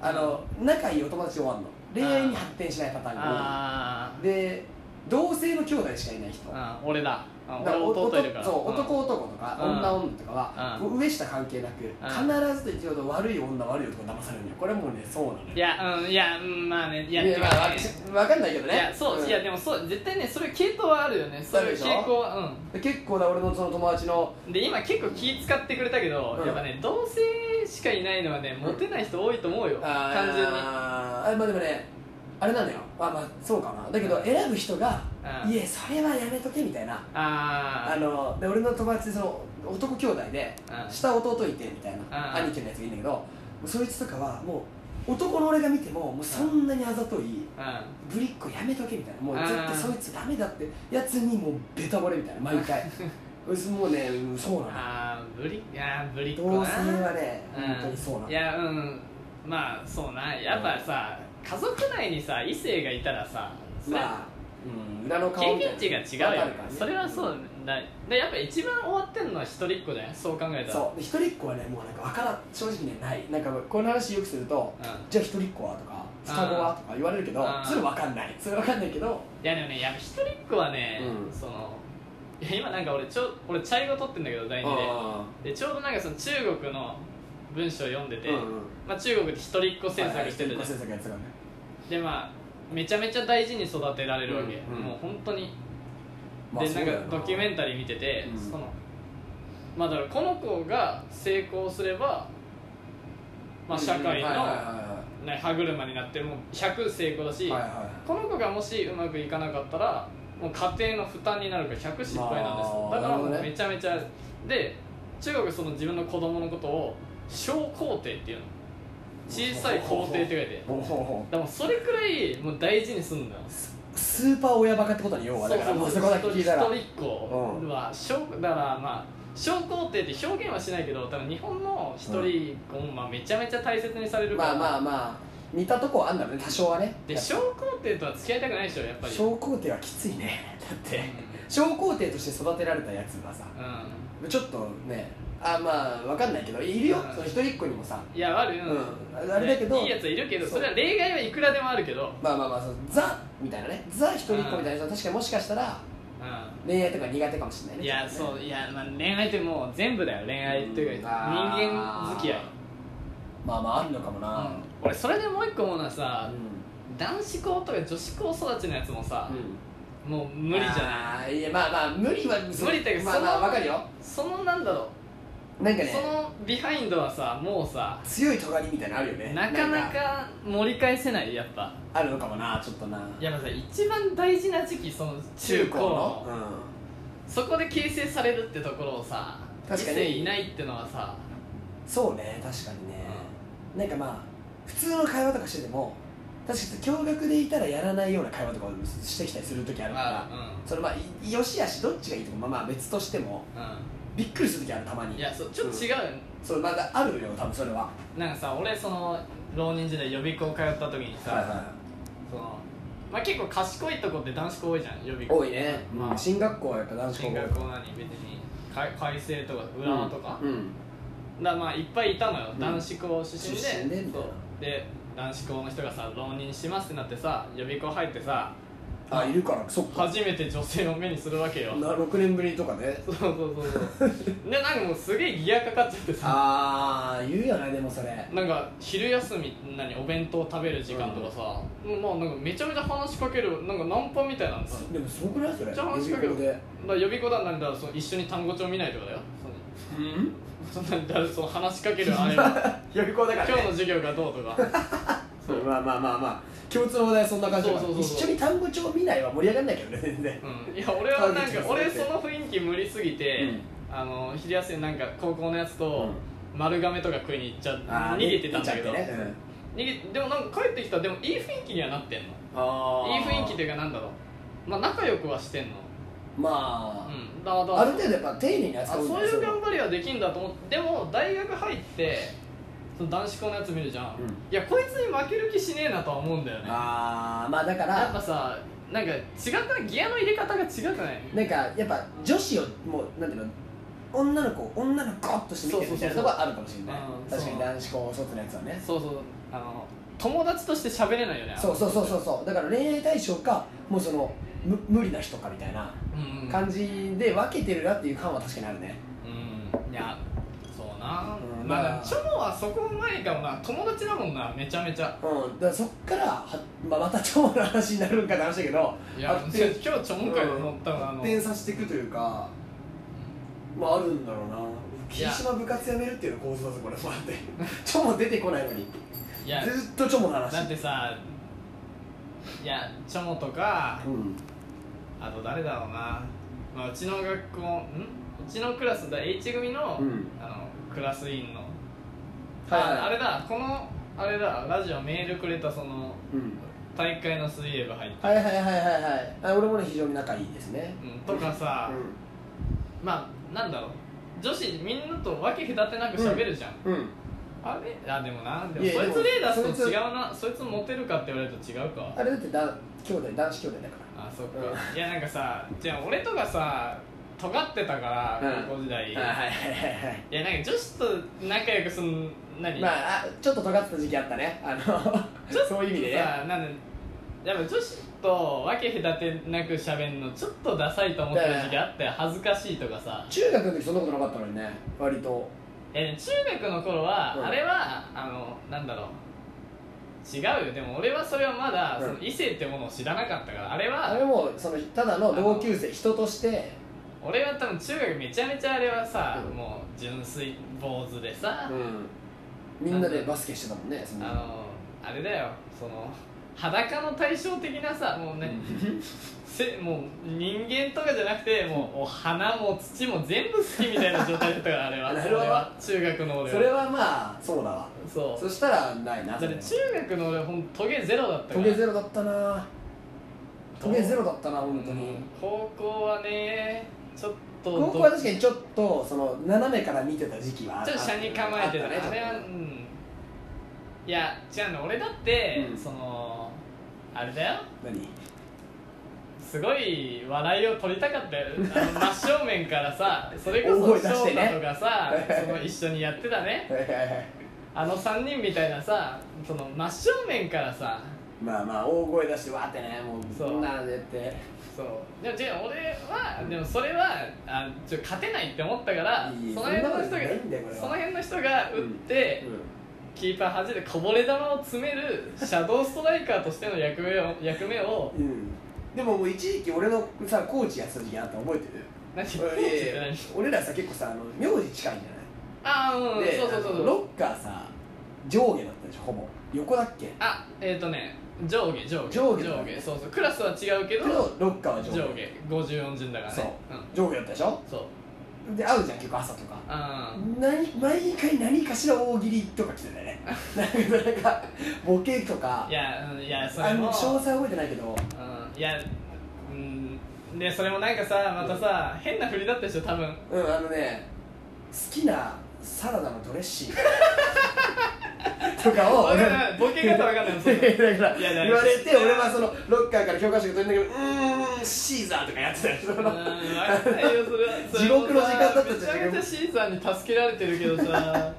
A: あの仲いいお友達で終わんの恋愛に発展しないパターンが多い
B: あ
A: で同性の兄弟しかいない人
B: あうん俺だあ
A: だ
B: 俺
A: お
B: 弟いるから
A: そう男
B: うん
A: 男とか、
B: うん
A: 女女とかは、
B: う
A: 上下関係なく、必ずと一応の悪い女悪い男騙されるんよこれもうねそうなのよ
B: いやうんいやうんまあねいや
A: い
B: て
A: や
B: か
A: ま
B: ね
A: あわわかんないけどね
B: いやそう、
A: ん
B: いやでもそう絶対ねそれ系統はあるよねそういう
A: そうでしょ
B: 傾向はうん
A: 結構な俺のその友達の
B: で今結構気使ってくれたけど、
A: うん
B: やっぱね同性しかいないのはねモテない人多いと思うよ、単純に
A: あーあまあでもねあれなのよまあまあそうかなだけど選ぶ人が、
B: うん
A: いやそれはやめとけみたいな、あ
B: あ
A: ので俺の友達でその男兄弟で、
B: うん
A: 下弟いてみたいな、
B: うん
A: 兄貴のやつがいいんだけどもうそいつとかはもう男の俺が見てももうそんなにあざとい、
B: あうん
A: ぶりっ子やめとけみたいなもう絶
B: あ
A: 対
B: ー
A: そいつダメだってやつにもうベタボれみたいな毎 回うすもうねうんそうな
B: あーぶりあーぶりっ
A: の
B: 子な
A: 同性はね
B: うん
A: 本当にそうなの
B: いやうんまあそうなやっぱさ、家族内にさ異性がいたらさそれ
A: まあうん裏の顔
B: 経
A: みたい
B: 験
A: な
B: 値が違う
A: わ
B: よ、
A: かるからね
B: それはそうだでやっぱ一番終わってんのは一人っ子だよそう考えたら
A: そうで一人っ子はねもうなんかわからん正直ねないなんかこの話よくすると
B: うん
A: じゃあ一人っ子はとか双子はとか言われるけど
B: あー
A: それわかんないそれわかんないけど
B: いやでもねやっぱ一人っ子はね、
A: うん
B: そのいや今なんか俺ちょ俺茶色取ってんだけど第二
A: あ
B: ででちょうどなんかその中国の文章を読んでて、
A: ーうんうん
B: まあ、中国で一人っ子政策してるじゃん、
A: はいはい一人っ子政策やつがね
B: でまあめちゃめちゃ大事に育てられるわけ、
A: うんうん
B: もう本当に
A: まあ
B: でなん
A: そうだよ
B: かドキュメンタリー見てて、
A: うん
B: そのまあだからこの子が成功すれば、まあ、社
A: うんはい
B: 会の
A: はいは
B: ね歯車になってもう100成功だし、
A: いはいはいはいはい
B: この子がもしうまくいかなかったらもう家庭の負担になるから100失敗なんですよ
A: まあ
B: だからも
A: な
B: う
A: るほどね
B: めちゃめちゃ、で中国その自分の子供のことを小皇帝っていうの小さい皇帝って書いて
A: ほうほうほう
B: でもそれくらいもう大事にすんだよ
A: スーパー親バカってことに要はだからもうそこだけ聞いたら
B: 一人っ子は小だからまあ小皇帝って表現はしないけど多分日本の一人っ子もまあめちゃめちゃ大切にされるから、
A: まあまあまあ似たとこはあんだろうね多少はね
B: で小皇帝とは付き合いたくないでしょやっぱり
A: 小皇帝はきついねだって
B: う
A: 小皇帝として育てられたやつはさ
B: ん、うん
A: ちょっとねあまあわかんないけどいるよ
B: うん
A: その一人っ子にもさ
B: いやあるよ、
A: うんあれだけど
B: いいやついるけど
A: そう
B: それは例外はいくらでもあるけど、
A: まあまあまあそのザみたいなねザ一人っ子みたいな人は確かにもしかしたら
B: う
A: 恋愛とか苦手かもしれない
B: ん、
A: ね
B: いや
A: ちょっと
B: そ
A: ね
B: ういや、まあ、恋愛ってもう全部だよ恋愛っていうか
A: うん
B: 人間付き合い、
A: まあまああるのかも
B: う、
A: なん
B: 俺それでもう一個思うのはさ、
A: う
B: 男子校とか女子校育ちのやつもさ、
A: んうん
B: もう無理じゃない
A: あーいやまあまあ無理は
B: 無理っていうか
A: まあまあ
B: その
A: わかるよ
B: そのなんだろ
A: なん
B: う、
A: かね
B: そのビハインドはさもうさ
A: 強い尖りみたいなのあるよね
B: なかなんか盛り返せないやっぱ
A: あるのかもなちょっとない
B: やまあさ一番大事な時期その中高のそこで形成されるってところをさ
A: 確かに
B: 異性いないってのはさ
A: うんそうね確かにね、なんかまあ普通の会話とかしてても確かに共学でいたらやらないような会話とかをしてきたりする時あるから、
B: あ
A: それまあいよしあしどっちがいいとかまあまあ別としても
B: うんう
A: びっくりする時あるたま
B: ん
A: に
B: いやそうちょっと違うよ、
A: そうまだあるよ多分それは
B: なんかさ俺その浪人時代予備校通った時にさ、そのまあ結構賢いとこって男子校多いじゃん予備校
A: 多いね、
B: まあ
A: 進学校はやっぱ男子校
B: 進学校なに別にか開成とか浦和とか、
A: うんうん
B: だからまあいっぱいいたのよ、
A: うん
B: 男子校出身で
A: 出身でみたいな
B: そうで男子校の人がさ浪人しますってなってさ予備校入ってさ
A: あいるからそっか
B: 初めて女性を目にするわけよ
A: な6年ぶりとかね
B: そうそうそうそうでなんかもうすげえギアかかっちゃってさ
A: ああ言うよねでもそれ
B: なんか昼休みなにお弁当食べる時間とかさ、もうまあなんかめちゃめちゃ話しかけるなんかナンパみたいなのさ
A: でもすごくないそれ
B: じゃあ話しかけろ
A: 予備校で
B: だから予備校だなんだからその一緒に単語帳見ないとかだよそのそん なだからその話しか けるあれは
A: 予備校だ
B: 今日の授業がどうとかそう
A: まあまあまあまあ共通の話題そんな感じだから
B: そうそうそうそう
A: 一緒に単語帳見ないは盛り上がんないけどね全然
B: うんいや俺はなんか
A: ターゲット
B: 俺
A: にされて
B: その雰囲気無理すぎて、あの昼休みなんか高校のやつと丸亀とか食いに行っちゃ逃げてたんだけど、
A: 見ちゃってね
B: 逃げでもなんか帰ってきたらでもいい雰囲気にはなってんの
A: うんあ
B: いい雰囲気と
A: で
B: いうかなんだろうまあ仲良くはしてんの
A: ま
B: うんだからだ
A: あ
B: から
A: ある程度やっぱ丁寧に
B: あ
A: 扱う
B: そういう頑
A: 張
B: 張りはできんだと思ってでも大学入ってその男子校のやつ見るじゃん、
A: うん
B: いやこいつに負ける気しねえなとは思うんだよね
A: ああまあだか
B: やっぱ
A: ら
B: さなんか違ったギアの入れ方が違くない
A: なんかやっぱ女子をもうなんていうの女の子女の子として見てるみたいなとこはあるかもしれない
B: うん
A: 確か
B: そう
A: に男子校卒のやつはね
B: そうそうあの友達として喋れないよね
A: そうそうそうそうそうだから恋愛対象かもうそのむ無理な人かみたいな
B: うん
A: 感じで分けてるなっていう感は確かにあるね
B: うんいやそうな、
A: うん
B: ま
A: ま
B: あ
A: あ
B: チョモはそこうまいかもな友達だもんなめちゃめちゃ
A: うん、だからそっからは、まあ、またチョモの話になるんかって話だけど
B: いや
A: 発
B: 今日
A: 展
B: チョモ会で乗ったのあ
A: 発
B: の
A: 展させていくというかまああるんだろうな霧島部活やめるっていうの構図だぞこれもらって チョモ出てこないのに
B: いや
A: ずっとチョモの
B: だっ
A: 話
B: てさいやチョモとか
A: うん
B: あと誰だろうな、まあ、うちの学校んうちのクラスだ H 組の,、
A: うん
B: あのクラス委員の、
A: はいはい
B: ああれだこのあれだラジオメールくれたその
A: うん
B: 大会の水泳部入った、
A: はいはいはいはいはいあ俺もね非常に仲いいですね
B: うん、とかさ、まあなんだろう女子みんなと分け隔てなく喋るじゃん、
A: うん、うん、
B: あれあでもなで
A: いや
B: もそい
A: でも
B: つ例出す
A: そ
B: と
A: いつ
B: 違うなそいつモテるかって言われると違うか
A: あれだってだ兄弟男子兄弟だか
B: あそっか、いやなんかさじゃあ俺とかさ尖ってたから
A: うん
B: 高校時代、
A: らはいはいはいはい
B: いやなんか女子と仲良くすん何、
A: まああちょっと尖ってた時期あったねあ
B: ちょっ
A: の
B: と
A: そういう意味でね
B: さなんだやっぱ女子と分け隔てなく喋るのちょっとダサいと思ってる時期あって恥ずかしいとかさ
A: 中学の時そんなことなかったのにね割と
B: え中学の頃は、
A: うん
B: あれはあのなんだろう違うよでも俺はそれはまだ、
A: うん
B: その異性ってものを知らなかったからあれ
A: あれ
B: は
A: もそのただの同級生人として
B: 俺は多分中学めちゃめちゃあれはさ、
A: うん
B: もう純粋坊主でさ、
A: うんみんなでバスケしてたもんねその
B: あのあれだよその裸の対照的なさもうね、せもう人間とかじゃなくてもうお花も土も全部好きみたいな状態だったからあれは
A: なるほど
B: 俺は中学の俺は
A: それはまあそうだわ
B: そう
A: そしたらないな
B: だって中学の俺ほんとトゲゼロだったか
A: ト
B: ら
A: ゲゼロだったなトゲゼロだったな本当
B: う
A: に
B: ん高校はねちょっと
A: 高校は確かにちょっとその斜めから見てた時期はあ
B: ちょっと車に構えてた
A: あっね
B: あれはうんいや違うの俺だって、
A: うん
B: そのあれだよ
A: 何
B: すごい笑いを取りたかっ たよあの真正面からさそれこ
A: 大
B: そ
A: 声出
B: 翔
A: してね
B: 太とかさ、その一緒にやってたね
A: はいはいはい
B: あの3人みたいなさその真正面からさ
A: まあまあ大声出してわーってねもう
B: そう
A: そんなのでって
B: そうでも違う俺はでもそれはあちょ勝てないって思ったから
A: いい
B: その辺の
A: そんなこ
B: 人
A: と
B: が
A: ないんだよこれは
B: その辺の人が打って、キーパー端でこぼれ球を詰めるシャドーストライカーとしての役目を役目を
A: うん、うん、でももう一時期俺のさコーチやってた時期あったの覚えてる
B: 何コーチっ
A: 俺
B: て何
A: 俺らさ結構さあの名字近いんじゃない
B: ああうん
A: で
B: そうそうそう
A: あ
B: そ
A: の
B: う
A: ロッカーさ上下だったでしょほぼ横だっけ
B: あえっ、ー、とね上下上下
A: 上下
B: 上下そうそうクラスは違うけ
A: け
B: ど
A: どロッカーは上下
B: 上下54順だからね
A: そう
B: うん
A: 上下だったでしょ
B: そう
A: で会うじゃん結構朝とか
B: あ
A: 何毎回何かしら大喜利とか来てたよ ねなんかなんかボケとか
B: ーいやうんいやそ
A: あ
B: れ
A: の詳
B: も
A: 細覚えてないけど
B: うんいやうんでそれもなんかさまたさ、変な振りだったでしょ多分
A: うんあのね好きなサラダのドレッシング とかを
B: わかんないボケ方わか んないそんな
A: だから
B: いやいや
A: 言われて俺はそのロッカーから教科書が取りながらうーんシーザーとか やってたよそ
B: うん
A: の
B: わかんないよそれはそれ
A: 地獄の時間だった
B: め
A: じ
B: ち
A: ゃん
B: ゃめちゃシーさんに助けられてるけどさ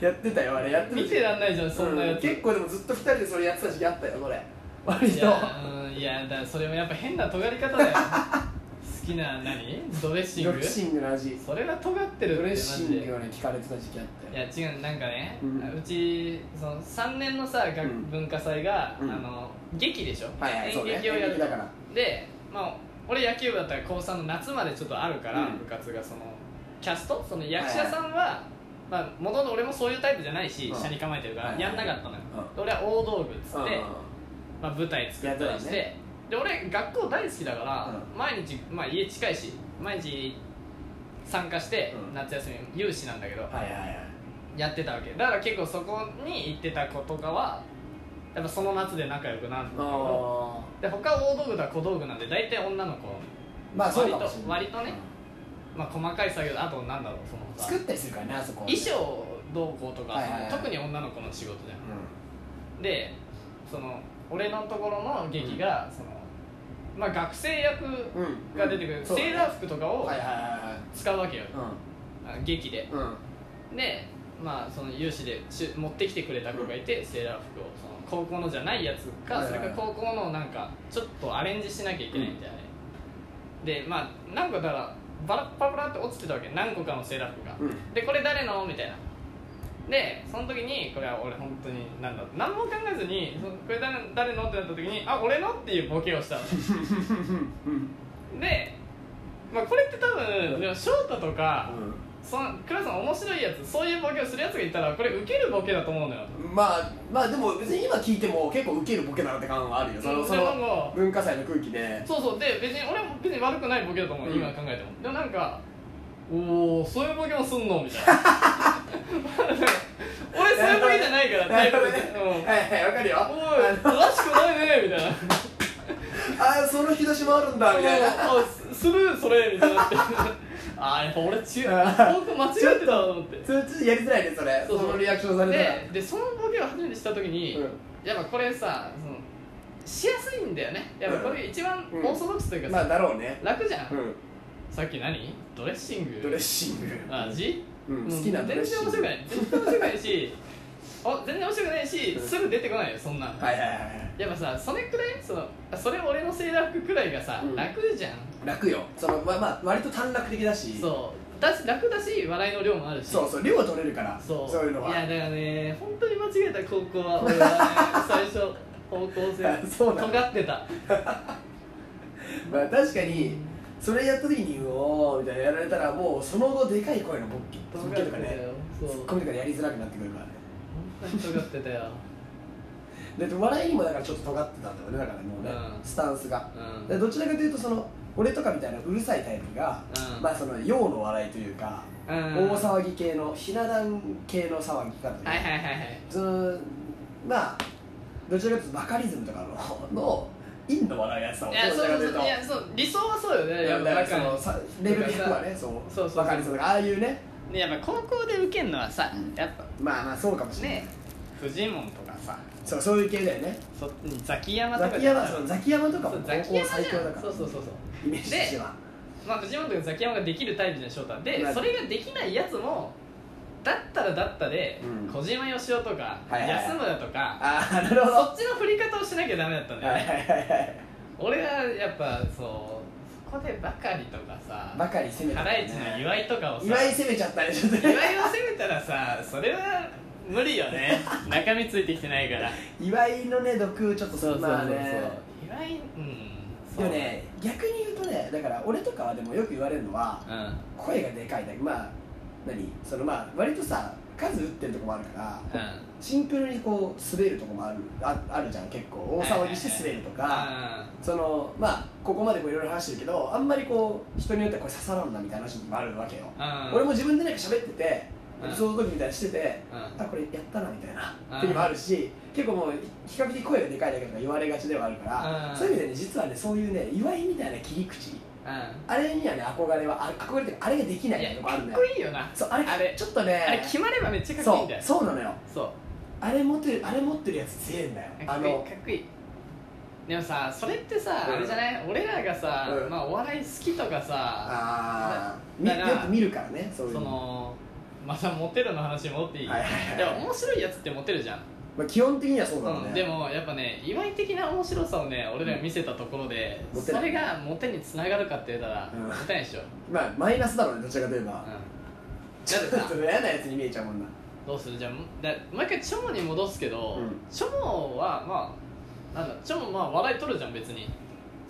A: やってたよ あれやってた
B: 見てらんないじゃんそんなやつ、
A: うん結構でもずっと二人でそれやってた時期あったよそれ割
B: い
A: と
B: や,、うん、いやだからそれもやっぱ変な尖り方だよ 好きな何ドレッシン
A: ド
B: グ
A: レッシングの味
B: それは尖ってるって
A: ドレ
B: マ
A: ッシ
B: ジ
A: ン
B: で
A: グはね聞かれてた時期あった
B: い
A: よ
B: や違うなんかね、う
A: うん
B: ちその3年のさ学
A: うん
B: 文化祭が、
A: うん
B: あの劇でしょ、
A: はいはいそうね
B: 演劇をやる
A: 演劇だから
B: で、まあ、俺野球部だったら高3の夏までちょっとあるから、
A: うん
B: 部活がそのキャストその役者さんは、まあ、元々俺もそういうタイプじゃないし、
A: うん
B: 下に構えてるから、
A: はいはい
B: やんなかったのよ、で俺は大道具っつ
A: うん
B: っ
A: うん
B: て、まあ、舞台作ったりして、
A: やっ
B: で俺学校大好きだから、
A: う
B: 毎日、まあ、家近いし毎日参加して、
A: うん
B: 夏休み有志なんだけど、
A: はいはいはい
B: やってたわけだから結構そこに行ってた子とかはやっぱその夏で仲良くなるんだけど
A: あ
B: で他大道具だ小道具なんで大体女の子、
A: ーまあそうかもしれない
B: 割と割とねまあ、細かい作業あとなんだろうそのさ
A: 作ったりするからねあそこはね
B: 衣装どうこうとか、
A: はいはいはい
B: その特に女の子の仕事じゃ
A: うん
B: でその俺のところの劇が、そのまあ、学生役
A: んうん
B: が出てくる、
A: うん
B: セ
A: そうだね
B: ーラー服とかを
A: はいはいは
B: 使うわけよ、
A: いは
B: あ劇で
A: いうんうん
B: でまあその有志でし持ってきてくれた子がいて、セーラー服をその高校のじゃないやつか、
A: はいはい
B: それか高校のなんかちょっとアレンジしなきゃいけないみたいな、でまあ何個だからバラッバラバラって落ちてたわけ何個かのセーラー服が、
A: うん
B: でこれ誰のみたいなでその時にこれは俺本当に何だ何も考えずにそこれ誰誰のってなった時にあ俺のっていうボケをしたの
A: うん
B: で、まあ、これって多分でも翔太とか、 そのクラスの面白いやつそういうボケをするやつがいたらこれウケるボケだと思うのよ
A: まあまあでも別に今聞いても結構ウケるボケだなって感はあるよその
B: うん
A: そ
B: でも
A: の
B: もう
A: 文化祭の空気で
B: そうそうで別に俺も別に悪くないボケだと思う、
A: うん
B: 今考えてもでもなんかおおそういうボケもすんのみたいな 俺そういうボケじゃな いから
A: な
B: タイ
A: る
B: プ
A: ほど
B: で、
A: ね
B: うん
A: はいはいわかるよ
B: おい
A: あ
B: 正しくないねみたいな
A: あーその引き出しもあるんだみたいな
B: おいおいするそれみたいな あーやっぱ俺違う僕間違ってたわと思って
A: それちょっとやりづらいねそれ
B: そうそう
A: のリアクションされたら
B: ででそのボケを初めてした時に、やっぱこれさそのしやすいんだよねやっぱこれ一番
A: うん
B: オーソドックスという
A: うん
B: かさ、
A: まあだろうね
B: 楽じゃん、
A: うん
B: さっき何ドレッシング
A: ドレッシング
B: 味、
A: うん好きなドレッシング
B: 全然面白くない全然面白くないし お全然面白くないし
A: うん
B: すぐ出てこないよそんなの
A: はいはいはいはい
B: やっぱさそれくらいそのあそれ俺のセーラー服くらいがさ、
A: うん
B: 楽じゃん
A: 楽よそのまあまあ割と短絡的だし
B: そうだし楽だし笑いの量もあるし
A: そうそう量は取れるから
B: そう
A: いうのはい
B: やだからね本当に間違えた高校 は俺はね最初方向性
A: そうなの
B: 尖ってた
A: まあ確かにそれやった時にうおーみたいなやられたらもうその後でかい声のボッキボ
B: 尖
A: ッ
B: っ
A: ケ
B: て
A: とか
B: た
A: ね
B: よ
A: ツ
B: そう
A: ッコ
B: 本
A: ミとかでやりづらくなってくるからね
B: 当に尖ってたよ
A: だって笑いにもだからちょっと尖ってたんだよねだからもうね、
B: うん
A: スタンスが
B: うん
A: でどちらかというとその俺とかみたいなうるさいタイプが、
B: うん
A: まあその陽の笑いというか、
B: うん
A: 大騒ぎ系のひな壇系の騒ぎ方というか、
B: はいはいはいはい
A: そのまあどちらかというとバカリズムとかの の陰の笑いやつだもん
B: いや
A: ど
B: そ
A: ちら
B: う
A: かと
B: そ
A: いうう
B: そ
A: と
B: ういやそう理想はそうよねやっぱ
A: だから
B: だ
A: そ
B: か
A: の
B: ら
A: さレベル低くはねそう
B: そうそうそう
A: バカリズムとかああいうね
B: ねやっぱ高校で受けるのはさやっぱ
A: まあまあそうかもしれない、
B: ねフジモンとかさ
A: そうそういう系だよね
B: そザキヤマと
A: ザ
B: か
A: キ
B: じゃ
A: ヤ
B: な
A: マ
B: い
A: そのザキヤマとかも
B: そう
A: 高
B: ザキヤ
A: 校
B: マ
A: 最
B: じ
A: 強
B: ゃ
A: だ
B: ん
A: から
B: そうそうそうそう
A: イメージとしては
B: まあ、藤本君ザキヤマができるタイプじゃん翔太で
A: まあ
B: それができないやつもだったらだったで、
A: うん
B: 小島よしおとか、
A: はいはいはい
B: 安村とか
A: ああなるほど
B: そ
A: は
B: っちの振り方をしなきゃダメだったん
A: い
B: だよ
A: はい
B: ね、
A: はいはい
B: 俺はやっぱそうそこでばかりとかさ
A: ばかり攻め
B: ハ
A: た
B: ライチの岩井とかをさ
A: 岩井攻めちゃったねちょっと
B: 岩井
A: ね
B: を攻めたらさそれは無理 よね中身ついてきてないから
A: 岩井のね毒ちょっとまあね
B: 岩井うん
A: でもね逆に言うとねだから俺とかはでもよく言われるのは
B: うんうん
A: 声がでかいだけまあ何そのまあ割とさ数打ってるとこもあるからシンプルにこう滑るとこもあるああるじゃん結構大騒ぎして滑るとか、
B: あ
A: そのまあここまでこういろいろ話してるけどあんまりこう人によってはこれ刺さらんなみたいな話もあるわけよ、
B: あ
A: 俺も自分でなんか喋ってて
B: うん
A: その時みたいにしてて
B: うん
A: あこれやったなみたいな
B: うん
A: 時もあるし結構もう比較的声がでかいだけとか言われがちではあるから
B: うん
A: そういう意味でね実はねそういうね祝いみたいな切り口
B: うん
A: あれにはね憧れはあ憧れっていうかあれができないい
B: や
A: っていうのもあ
B: か
A: るん
B: っ
A: だ
B: こ
A: よ
B: いいよな
A: そうあれ
B: あれ
A: ちょっとね
B: あれ決まればめっちゃかっこ
A: そ
B: いいんだよ
A: うそうなのよ
B: そう
A: あれ持ってるあれ持ってるやつ強えんだよ
B: か
A: あ
B: っこいい
A: の
B: かっこいいでもさそれってさ、
A: うん
B: あれじゃない俺らがさ、
A: うん
B: まあお笑い好きとかさ
A: あーみ
B: だから
A: よく見るからねそういう
B: そのまたモテるの話もっていい、
A: はいはいはい
B: でも面白いやつってモテるじゃん、
A: まあ、基本的にはそうだろうね、
B: うんでもやっぱね祝い的な面白さをね俺らが見せたところで、
A: モテ
B: そ
A: ない
B: れがモテにつながるかって言ったら、
A: うん
B: モテないでしょ、うん、
A: まあマイナスだろうねどちらかといえ ば、
B: だって
A: ちょっと
B: さ
A: 嫌なやつに見えちゃうもんな
B: どうするじゃあだ毎回チョモに戻すけど、
A: うん
B: チョモはまあなんだチョモまあ笑い取るじゃん別に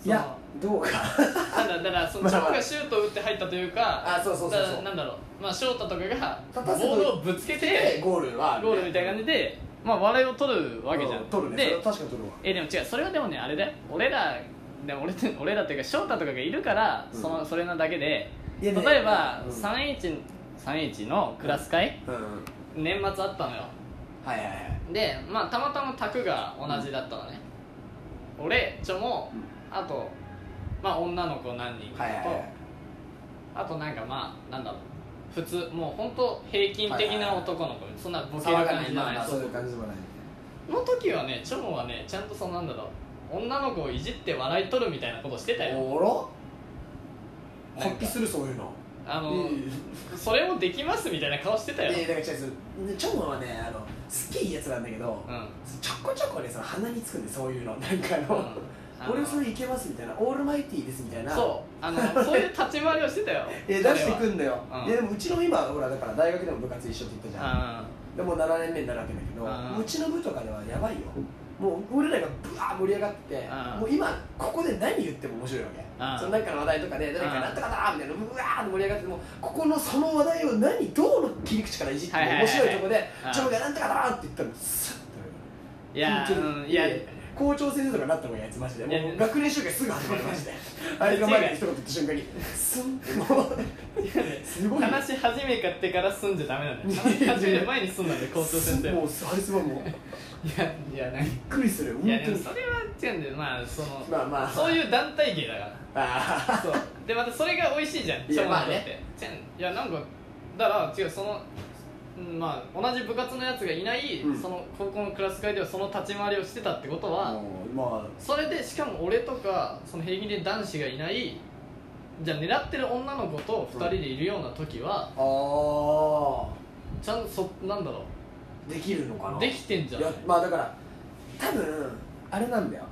A: いやどうか
B: そのなんだだからそ の
A: ま
B: チ
A: あ
B: ョモがシュートを打って入ったというか
A: あそうそうそうそう
B: だなんだろうまあ翔太とかが
A: 立たせと
B: ボールをぶつけて
A: ゴールはあるね
B: ゴールみたいな感じでまあ笑いを取るわけじゃん、
A: う取るねそれ
B: で
A: は確かに取るわ
B: えでも違うそれはでもねあれだよ俺らでも俺 って俺らっていうか翔太とかがいるから、
A: うん
B: そのそれなだけで
A: いやね
B: 例えば、
A: うん
B: 3H, 3H のクラス会、
A: うんうん
B: 年末あったのよ
A: はいはいはい
B: でまあたまたま卓が同じだったのね、俺ちょも、あとまあ女の子何人かと、
A: はいはいはい
B: あとなんかまあなんだろう普通もう本当平均的な男の子、そんなボケる
A: 騒が
B: 感
A: な
B: じ
A: い
B: じゃ
A: ま
B: な
A: あ
B: い、
A: まあ
B: そ
A: そう
B: う
A: いう感じでもない
B: の時はねチョモはねちゃんとそのなんだろう女の子をいじって笑い取るみたいなことしてたよ
A: おろ
B: なんか
A: 発揮するそういうの
B: あの、
A: いい
B: それもできますみたいな顔してたよ、
A: でだから違うそうチョモはねあのすっげえいいやつなんだけど、
B: うん
A: ちょこちょこねその鼻につくんでそういうのなんかあの、
B: うんあの
A: 俺もそれいけますみたいなオールマイティーですみたいな
B: そうあのそういう立ち回りをしてたよ
A: え出してくんだよ、
B: うん
A: いやでもうちの今ほらだから大学でも部活一緒って言ったじゃん
B: あ
A: でもう7年目になるわけだけど、
B: うん
A: うちの部とかではやばいよもう俺らがブワー盛り上がって、
B: うん
A: もう今ここで何言っても面白いわけ、
B: うん
A: その何かの話題とかで誰
B: う
A: か
B: ん
A: なんとかだーみたいなブワーって盛り上がってもうここのその話題を何どうの切り口からいじっても
B: はいはいは
A: 面
B: い
A: 白いとこで
B: う
A: 「
B: ん
A: ちょがなんとかだ!」って言ったらスッと
B: いや
A: 緊張
B: うんいや
A: 校長先生とかになった方がいいやつマジで
B: いや
A: もう学年集会すぐ始まりましてあれが前に一言言った瞬間にスンってもうすごい
B: 話し始めかってから住んじゃダメなんだよ話し始める前に住んだんで校長先生
A: もうあれすごいもうびっ
B: いやいや何い
A: くりする本当
B: やでも
A: に
B: それは違うんだよまあその
A: まあまあ
B: そういう団体芸だから
A: ああ
B: そうでまたそれが美味しいじゃん
A: いやまあね
B: ちゃんいやなんかだから違うそのうんまあ同じ部活のやつがいない、
A: うん
B: その高校のクラス会ではその立ち回りをしてたってことは、
A: もうま
B: それでしかも俺とかその平均で男子がいないじゃあ狙ってる女の子と2人でいるような時は、
A: ああ
B: ちゃんとそなんだろ
A: あできるのかな
B: うできてんじゃ
A: い
B: ん
A: やまあだから多分あれなんだよ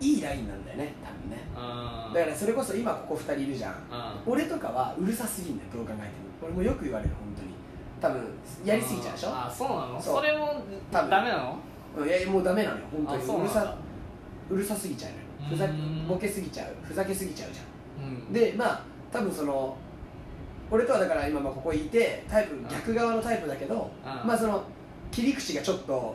A: いいラインなんだよね多分ね
B: あ
A: だからそれこそ今ここ2人いるじゃん
B: あ
A: 俺とかはうるさすぎんだよどう考えても俺もよく言われる本当に多分やりすぎちゃうでしょ
B: あーそうなの
A: そう
B: それも
A: 多
B: ダ
A: 分
B: メなの
A: うんいやもうダメなのよ本当
B: あ
A: に
B: そう
A: う
B: な
A: る
B: んだ
A: さうるさすぎちゃうのよふざ
B: うん
A: ボケすぎちゃうふざけすぎちゃうじゃん
B: うん
A: でまあ多分その俺とはだから今まあここにいてタイプ
B: ん
A: 逆側のタイプだけど
B: うん
A: まあその切り口がちょっと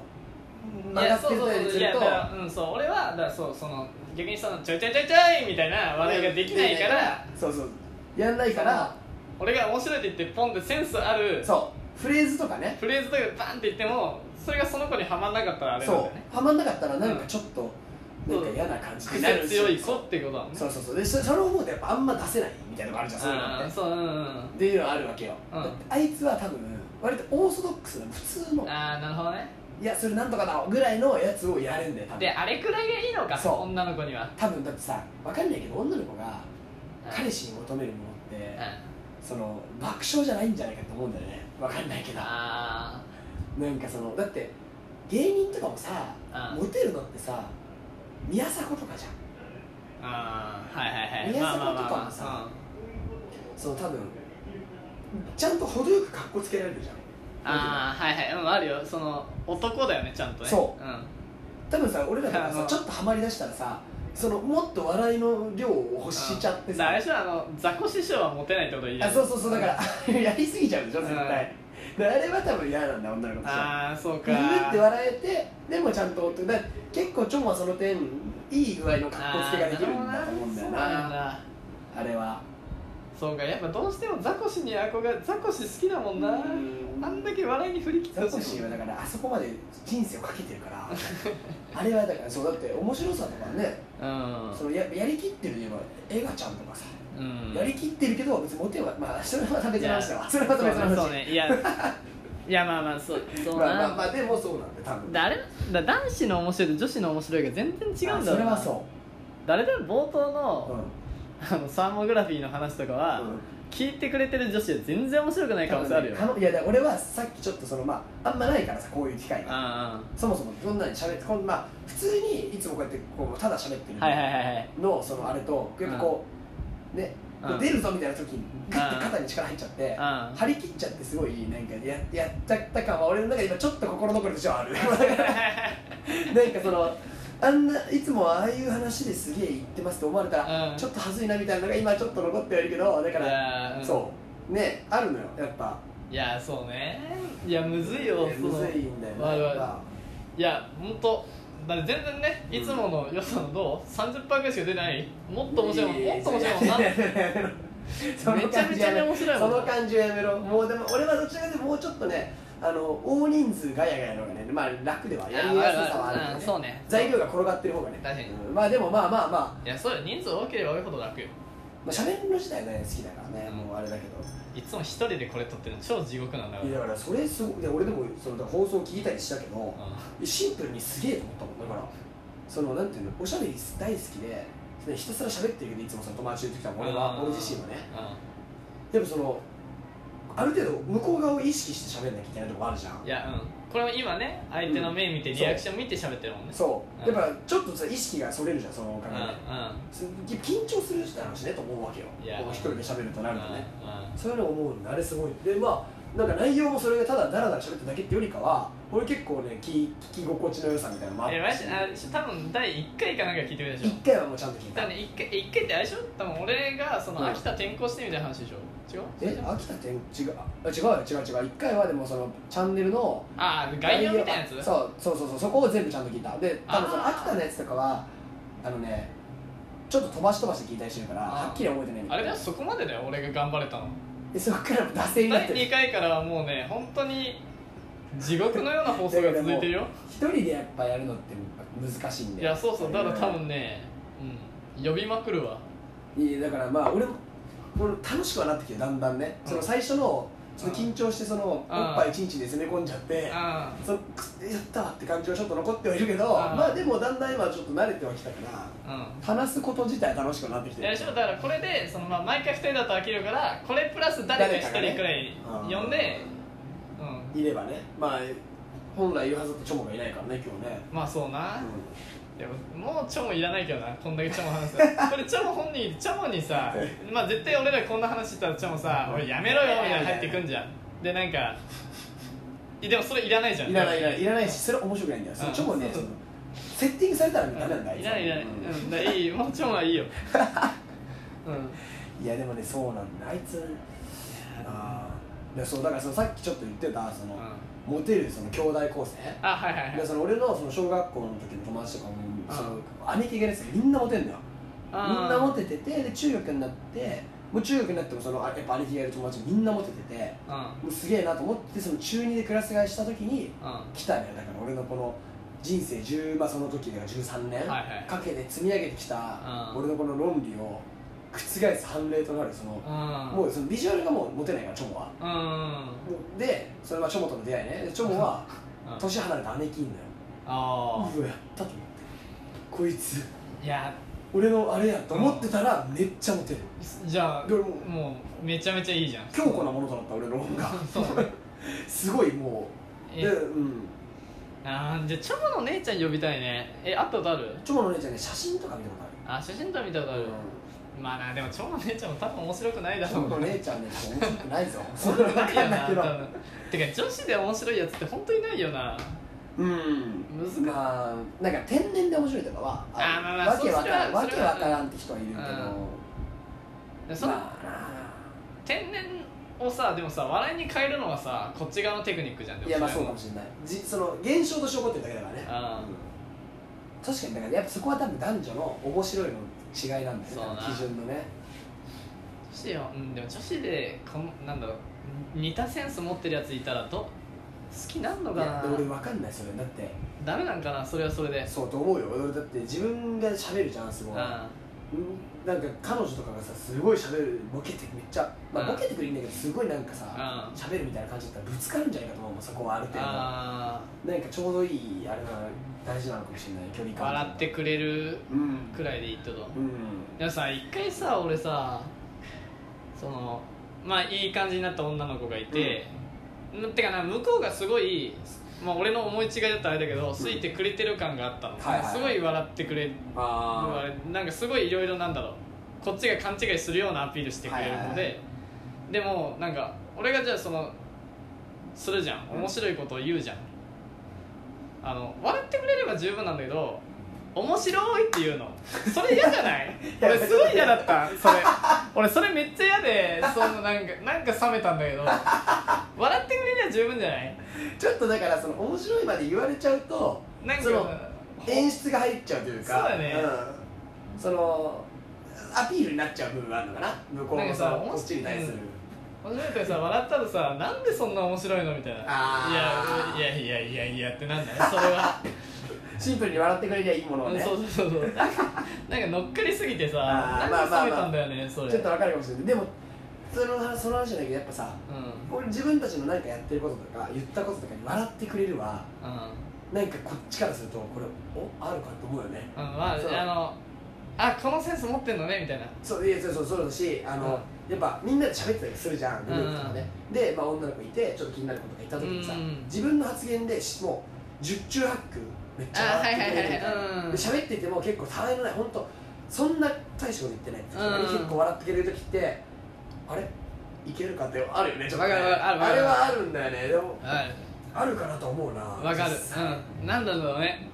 B: い
A: 曲が
B: や
A: って
B: そうそう
A: た
B: そ
A: り
B: う
A: す
B: い
A: る
B: や
A: と
B: だからうんそう俺はだからそうその逆にそのちょいちょいちょいちょいみたいな話題ができないから
A: そうそうやんないから
B: 俺が面白いって言ってポンってセンスある
A: そうフレーズとかね
B: フレーズとかバンって言ってもそれがその子にはまんなかったらあれなんだ
A: そ
B: よね
A: うはまんなかったらなんかちょっと
B: う
A: なんんか嫌な感じにな
B: 癖
A: るし
B: 強い子ってことだもんね
A: そうそうそうでそその方でやっぱあんま出せないみたいなのがあるじゃんそういうの
B: あ
A: っ
B: ー
A: て
B: そううんうん
A: っていうのはあるわけよ、
B: うん
A: だってあいつは多分割とオーソドックスな普通の
B: ああなるほどね
A: いやそれなんとかだぐらいのやつをやるんだよ多分
B: であれくらいがいいのか
A: そう
B: 女の子には
A: 多分だってさわかんないけど女の子が
B: うん
A: 彼氏に求めるものって、
B: うん
A: その爆笑じゃないんじゃないかと思うんだよねわかんないけどな
B: あ
A: んかそのだって芸人とかもさ、
B: うん
A: モテるのってさ宮迫とかじゃん
B: ーあーはいはいはい
A: 宮迫
B: まあまあま
A: と
B: あ
A: か
B: ま
A: も
B: あ
A: さその多分ちゃんと程よくかっこつけられるじゃん
B: ああはいはいうんあるよその男だよねちゃんとね
A: そう
B: うん
A: 多分さ俺らとか
B: あ
A: さ
B: の
A: ちょっとハマりだしたらさそのもっと笑いの量を欲しちゃって
B: だか
A: さ
B: らあれでしょあのザコ師匠はモテないってこといいじゃ
A: あ
B: ん
A: そうそうそうだから やりすぎちゃうでしょ絶
B: うん
A: 対であれは多分嫌なんだ女の子としては
B: ああそう
A: ぐ
B: か
A: るって笑えてでもちゃんと音だから結構チョンはその点いい具合の格好つけができるんだと思うんだよ
B: あーるほどそうなん
A: な
B: だ
A: あれは
B: そうかやっぱどうしてもザコシに憧れザコシ好きだもんな
A: うん
B: あんだけ笑いに振り切って
A: ザコシはだからあそこまで人生をかけてるから あれはだからそうだって面白さとかね
B: うん
A: そのややりきってるで言えばエガちゃんとかさ
B: うん
A: やりきってるけど別にモテはまあそれはまた別の話だわそれはまた別の話
B: そうねいやいやまあまあそうそうな
A: まあまあまあでもそうなんで多分
B: 誰だ男子の面白いと女子の面白いが全然違うんだろ
A: あ
B: うな
A: それはそ
B: 誰でも冒頭
A: うう
B: の,、あのサーモグラフィーの話とかは、
A: んうん
B: 聞いてくれてる女子は全然面白くない可能性あるよ、
A: 多分ね可能いやだから俺はさっきちょっとそのまああんまないからさこういう機会が
B: あ
A: そもそもどんなに喋ってこんまあ普通にいつもこうやってこうただ喋って
B: あ
A: る
B: はいはいはいはい
A: のそのあれとやっぱこうね
B: うん
A: こう出るぞみたいな時にグッて肩に力入っちゃって
B: うん
A: 張り切っちゃってすごいなんかややっちゃった感は俺の中で今ちょっと心残りとしてはある だからなんかそのあんないつもああいう話ですげえ言ってますって思われたら、
B: うん
A: ちょっと恥ずいなみたいなのが今ちょっと残ってはいるけどだか
B: い
A: ら、
B: やーうん
A: そうねあるのよやっぱ
B: いやそうねいやむずい
A: いや
B: よそ
A: む
B: の
A: ずいんだよな
B: わかるわ
A: や
B: か
A: っ
B: る
A: ぱ
B: いや本当だから全然ね
A: うん
B: いつもの良さのどう30%ぐらいしか出ないもっと面白いもんもっと面白いもんな
A: その
B: めちゃめちゃね面白いもん
A: その感じはやめろもうでも俺はどちらかというともうちょっとねあの大人数ガヤガヤの方がねまあ楽ではやりやすさはあるけど
B: うん
A: ね
B: そうね
A: 材料が転がってる方がね
B: 確かに
A: うんまあでもまあまあまあ
B: いやそうよ人数多ければ多いほど楽よ
A: まあ喋るの自体がね好きだからね、
B: うん
A: もうあれだけど
B: いつも一人でこれ撮ってるの超地獄なんだか
A: い
B: ら
A: やだからそれすごいいや俺でもその放送聞いたりしたけど、シンプルにすげえと思ったもんだからそのなんていうのおしゃべり大好きでそのひたすら喋ってるけどいつもその友達といる時は俺は俺自身はねでもそのある程度向こう側を意識して喋んなきゃいけないとこあるじゃん
B: うんいやこれも今ね相手の目見て
A: うん
B: リアクション見て喋ってるもんね
A: そうやっぱちょっとさ意識がそれるじゃんそのおか
B: うん
A: げ
B: うん
A: で、す緊張するって話ねと思うわけよ
B: いや
A: この一人で喋るとなるとね、
B: う
A: そういうの思うのあれすごいでまあなんか内容もそれがただダラダラ喋っただけってよりかは俺結構ね聞き聞き心地の良さみたいなのもあ
B: ん
A: っ
B: うん
A: て
B: えマジあ多分第1回かなんか聞いてるでしょ
A: 一回はもうちゃんと聞い
B: だ
A: た
B: からね一回一回ってあれでしょ多分俺がその
A: うん
B: 秋田転校してみたいな話でしょ違う
A: え秋田店違うあ違うよ違う違う一回はでもそのチャンネルの
B: ああ概要みたいなやつ
A: そうそうそうそうそこを全部ちゃんと聞いたで多分その
B: あー
A: 秋田のやつとかはあのねちょっと飛ばし飛ばして聞いたりしてるから
B: あー
A: はっきり覚えてないみ
B: あ
A: たい
B: れだよそこまでだよ俺が頑張れたの
A: でそこからも脱線になっ
B: 第
A: てる
B: 2回からはもうね本当に地獄のような放送が続いてるよ
A: 一人でやっぱやるのって難しいん
B: い
A: で
B: やそうそうだから多分ね、うん、呼びまくるわ
A: いやだからまあ俺も俺も楽しくはなってきてだんだんね、
B: うん
A: その最初のその
B: うん
A: 緊張してそのおっ
B: あー
A: ぱい一日で攻め込んじゃって
B: あ
A: そのくっやったわって感じはちょっと残ってはいるけど
B: あー
A: まあでもだんだん今ちょっと慣れてはきたから
B: あ
A: 話すこと自体楽しくなってき
B: うん
A: て
B: いやでしょだからこれでその、まあ、毎回2人だと飽きるからこれプラス誰か1人くらい呼んで、うん、
A: いればねまあ本来言うはずだったチョモがいないからね今日ね、
B: まあそうな、
A: う
B: でももうチョモいらないけどなこんだけチョモ 話すからこれチョモ本人チョモにさまあ絶対俺らこんな話したらチョモさ「おいやめろよ」みたいな入ってくんじゃんでなんかいでもそれいらないじゃん
A: んいらないいらないいらないしそれ面白くないんだよそのチョモね
B: うん
A: そのセッティングされたらダメなんだ
B: いらないいらない、
A: うん
B: うん、だからいいもうチョモ はいいようん
A: いやでもねそうなんだあいつああでそうだからそのさっきちょっと言ってたその、モテるその兄弟構成
B: あはいはいは
A: で
B: い
A: その俺のその小学校の時の友達とかもその姉貴がいるんですけどみんなモテるんだよみんなモ
B: て
A: テててで中学になってもう中学になってもそのあやっぱ姉貴がいる友達みんなモテてて
B: うんうん
A: もうすげえなと思ってその中2でクラス替えした時に来たのよだから俺のこの人生10、まあ、その時が13年
B: はいはい
A: かけて積み上げてきた俺のこの論理を覆す判例となるその
B: うん
A: もうそのビジュアルがもうモテないからチョモは
B: うんうん
A: でそれはチョモとの出会いねでチョモは
B: あ
A: 年離れた姉貴いんだよ
B: あ
A: うわやったと思ってこいつ
B: ーいや
A: 俺のあれやと思ってたらめっちゃモテる
B: じゃあ
A: で俺も
B: もうめちゃめちゃいいじゃん
A: 強固なものとなった俺の音がすごいもう
B: え
A: でうん
B: あーじゃあチョモの姉ちゃん呼びたいねえ会ったことある
A: チョモの姉ちゃんね写真とか見たこと
B: あ写真撮った見たことあ
A: ある
B: る、まあなでもチョモの姉ちゃんも多分面白くないだ
A: チ
B: ろ
A: ョモ
B: う
A: の
B: ね
A: 姉ちゃんねちょっと面白くないぞ それは分かんないけど
B: 多分てか女子で面白いやつって本当にないよな
A: うん
B: 難しい、
A: まあなんか天然で面白いとかはる
B: あーまあまあ
A: わけわからん
B: そ
A: わ
B: うそ
A: け
B: れは
A: わからんって人はいるけど
B: その
A: まあ
B: 天然をさでもさ笑いに変えるのはさこっち側のテクニックじゃんで
A: な
B: も
A: いやまあ
B: れ
A: そうか
B: も
A: もしれないじその現象として起こってるだけだからね
B: あー
A: 確かにだからやっぱそこは多分男女の面白いの違いなんだ
B: そう
A: よ
B: な
A: ね基準のね
B: 女子よ、うん、でも女子でこのなんだろう似たセンス持ってるやついたらど好きなんの
A: い
B: か
A: や
B: な
A: で俺分かんないそれだって
B: ダメなんかなそれはそれで
A: そうと思うよ俺だって自分が喋るじゃんす
B: う
A: ご
B: ん
A: い、
B: うん
A: うんなんか彼女とかがさすごい喋るボケてめっちゃ、まあ、
B: うん
A: ボケてくれるんだけどすごいなんかさ
B: あ
A: 喋るみたいな感じだったらぶつかるんじゃないかと思うもんそこはある程度な
B: あ
A: んかちょうどいいあれが大事なのかもしれない距離感
B: 笑ってくれる
A: うん
B: くらいでいいってこと
A: うん
B: でもさ一回さ俺さそのまあいい感じになった女の子がいて、んてかな向こうがすごい、まあ、俺の思い違いだったらあれだけど好いてくれてる感があったの、
A: はいはいはい
B: すごい笑ってくれるあ
A: あ
B: れなんかすごいいろいろなんだろうこっちが勘違いするようなアピールしてくれるので、
A: はいはい
B: でもなんか俺がじゃあそのするじゃん
A: うん
B: 面白いことを言うじゃん、あの笑ってくれれば十分なんだけど面白いっていうのそれ嫌じゃない 俺すごい嫌だったそれ俺それめっちゃ嫌でそのなんかなんか冷めたんだけど笑ってくれれば十分じゃない
A: ちょっとだからその面白いまで言われちゃうと
B: なんか
A: その演出が入っちゃうというか
B: そうだね
A: うんそのアピールになっちゃう部分はあるのかな向こうのそ
B: なん
A: の
B: かさ
A: こっちに対する、
B: う面白いってさ笑ったらさなんでそんな面白いのみたいな
A: あー
B: いやいやいやいやいやってなん だよそれは、
A: シンプルに笑ってくれりゃいいものを
B: うん
A: ね
B: そうそうそうそうなんかなんか乗っかりすぎてさ
A: あ
B: な
A: ー
B: ん
A: まあま
B: か
A: あ
B: 冷め
A: まあ
B: たんだよねそれ
A: ちょっとわかるかもしれないでもそのその話じゃないけどやっぱさ
B: うんうん
A: 俺自分たちの何かやってることとか言ったこととかに笑ってくれるは
B: うん
A: なんかこっちからするとこれおあるかと思うよね
B: まあ
A: そう
B: あのあこのセンス持ってんのねみたいな
A: そういやそうそうそうだしあの、やっぱみんなで喋ってたりするじゃんグループとかね、で、まあ、女の子いてちょっと気になる子とかいた時にさ、
B: うん
A: 自分の発言でしもう十中八九めっち
B: あ
A: ゃ
B: はい
A: 笑
B: はい
A: ってく
B: は
A: れるみたいな
B: いはい
A: で
B: うん
A: 喋ってても結構たわいのない本当そんな大したこと言ってない
B: うん
A: 結構笑ってくれる時ってあれいけるかってあるよねちょっとね
B: わかるわかるあるわ
A: あ
B: かる
A: れはあるんだよねでも
B: はい
A: あるかなと思うな
B: わかる
A: 実際
B: うんなんだろうね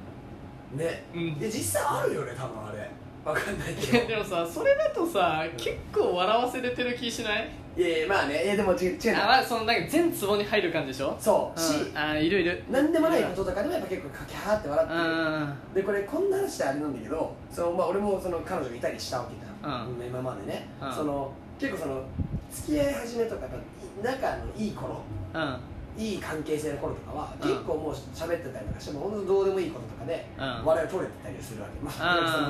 A: ね
B: うん
A: で実際あるよね多分あれわかんないけど
B: でもさそれだとさ結構笑わせれてる気しない
A: いやいやまあねいやでも違う違
B: あ
A: う
B: まあそのなんか全ツボに入る感じでしょ
A: そうし、
B: うんあいるいる
A: なんでもないこととかでもやっぱ結構かきはーって笑
B: うん
A: ってる
B: うん
A: でこれこんな話ってあれなんだけどその、まあ、俺もその彼女がいたりしたわけじゃん、
B: う
A: 今までね、
B: うん
A: その結構その付き合い始めとかやっぱ仲のいい頃
B: うん
A: いい関係性の頃とかは、
B: うん
A: 結構もう喋ってたりとかしても本当どうでもいいこととかで、
B: うん
A: 笑いを取れてたりするわけ、ま
B: うん
A: あその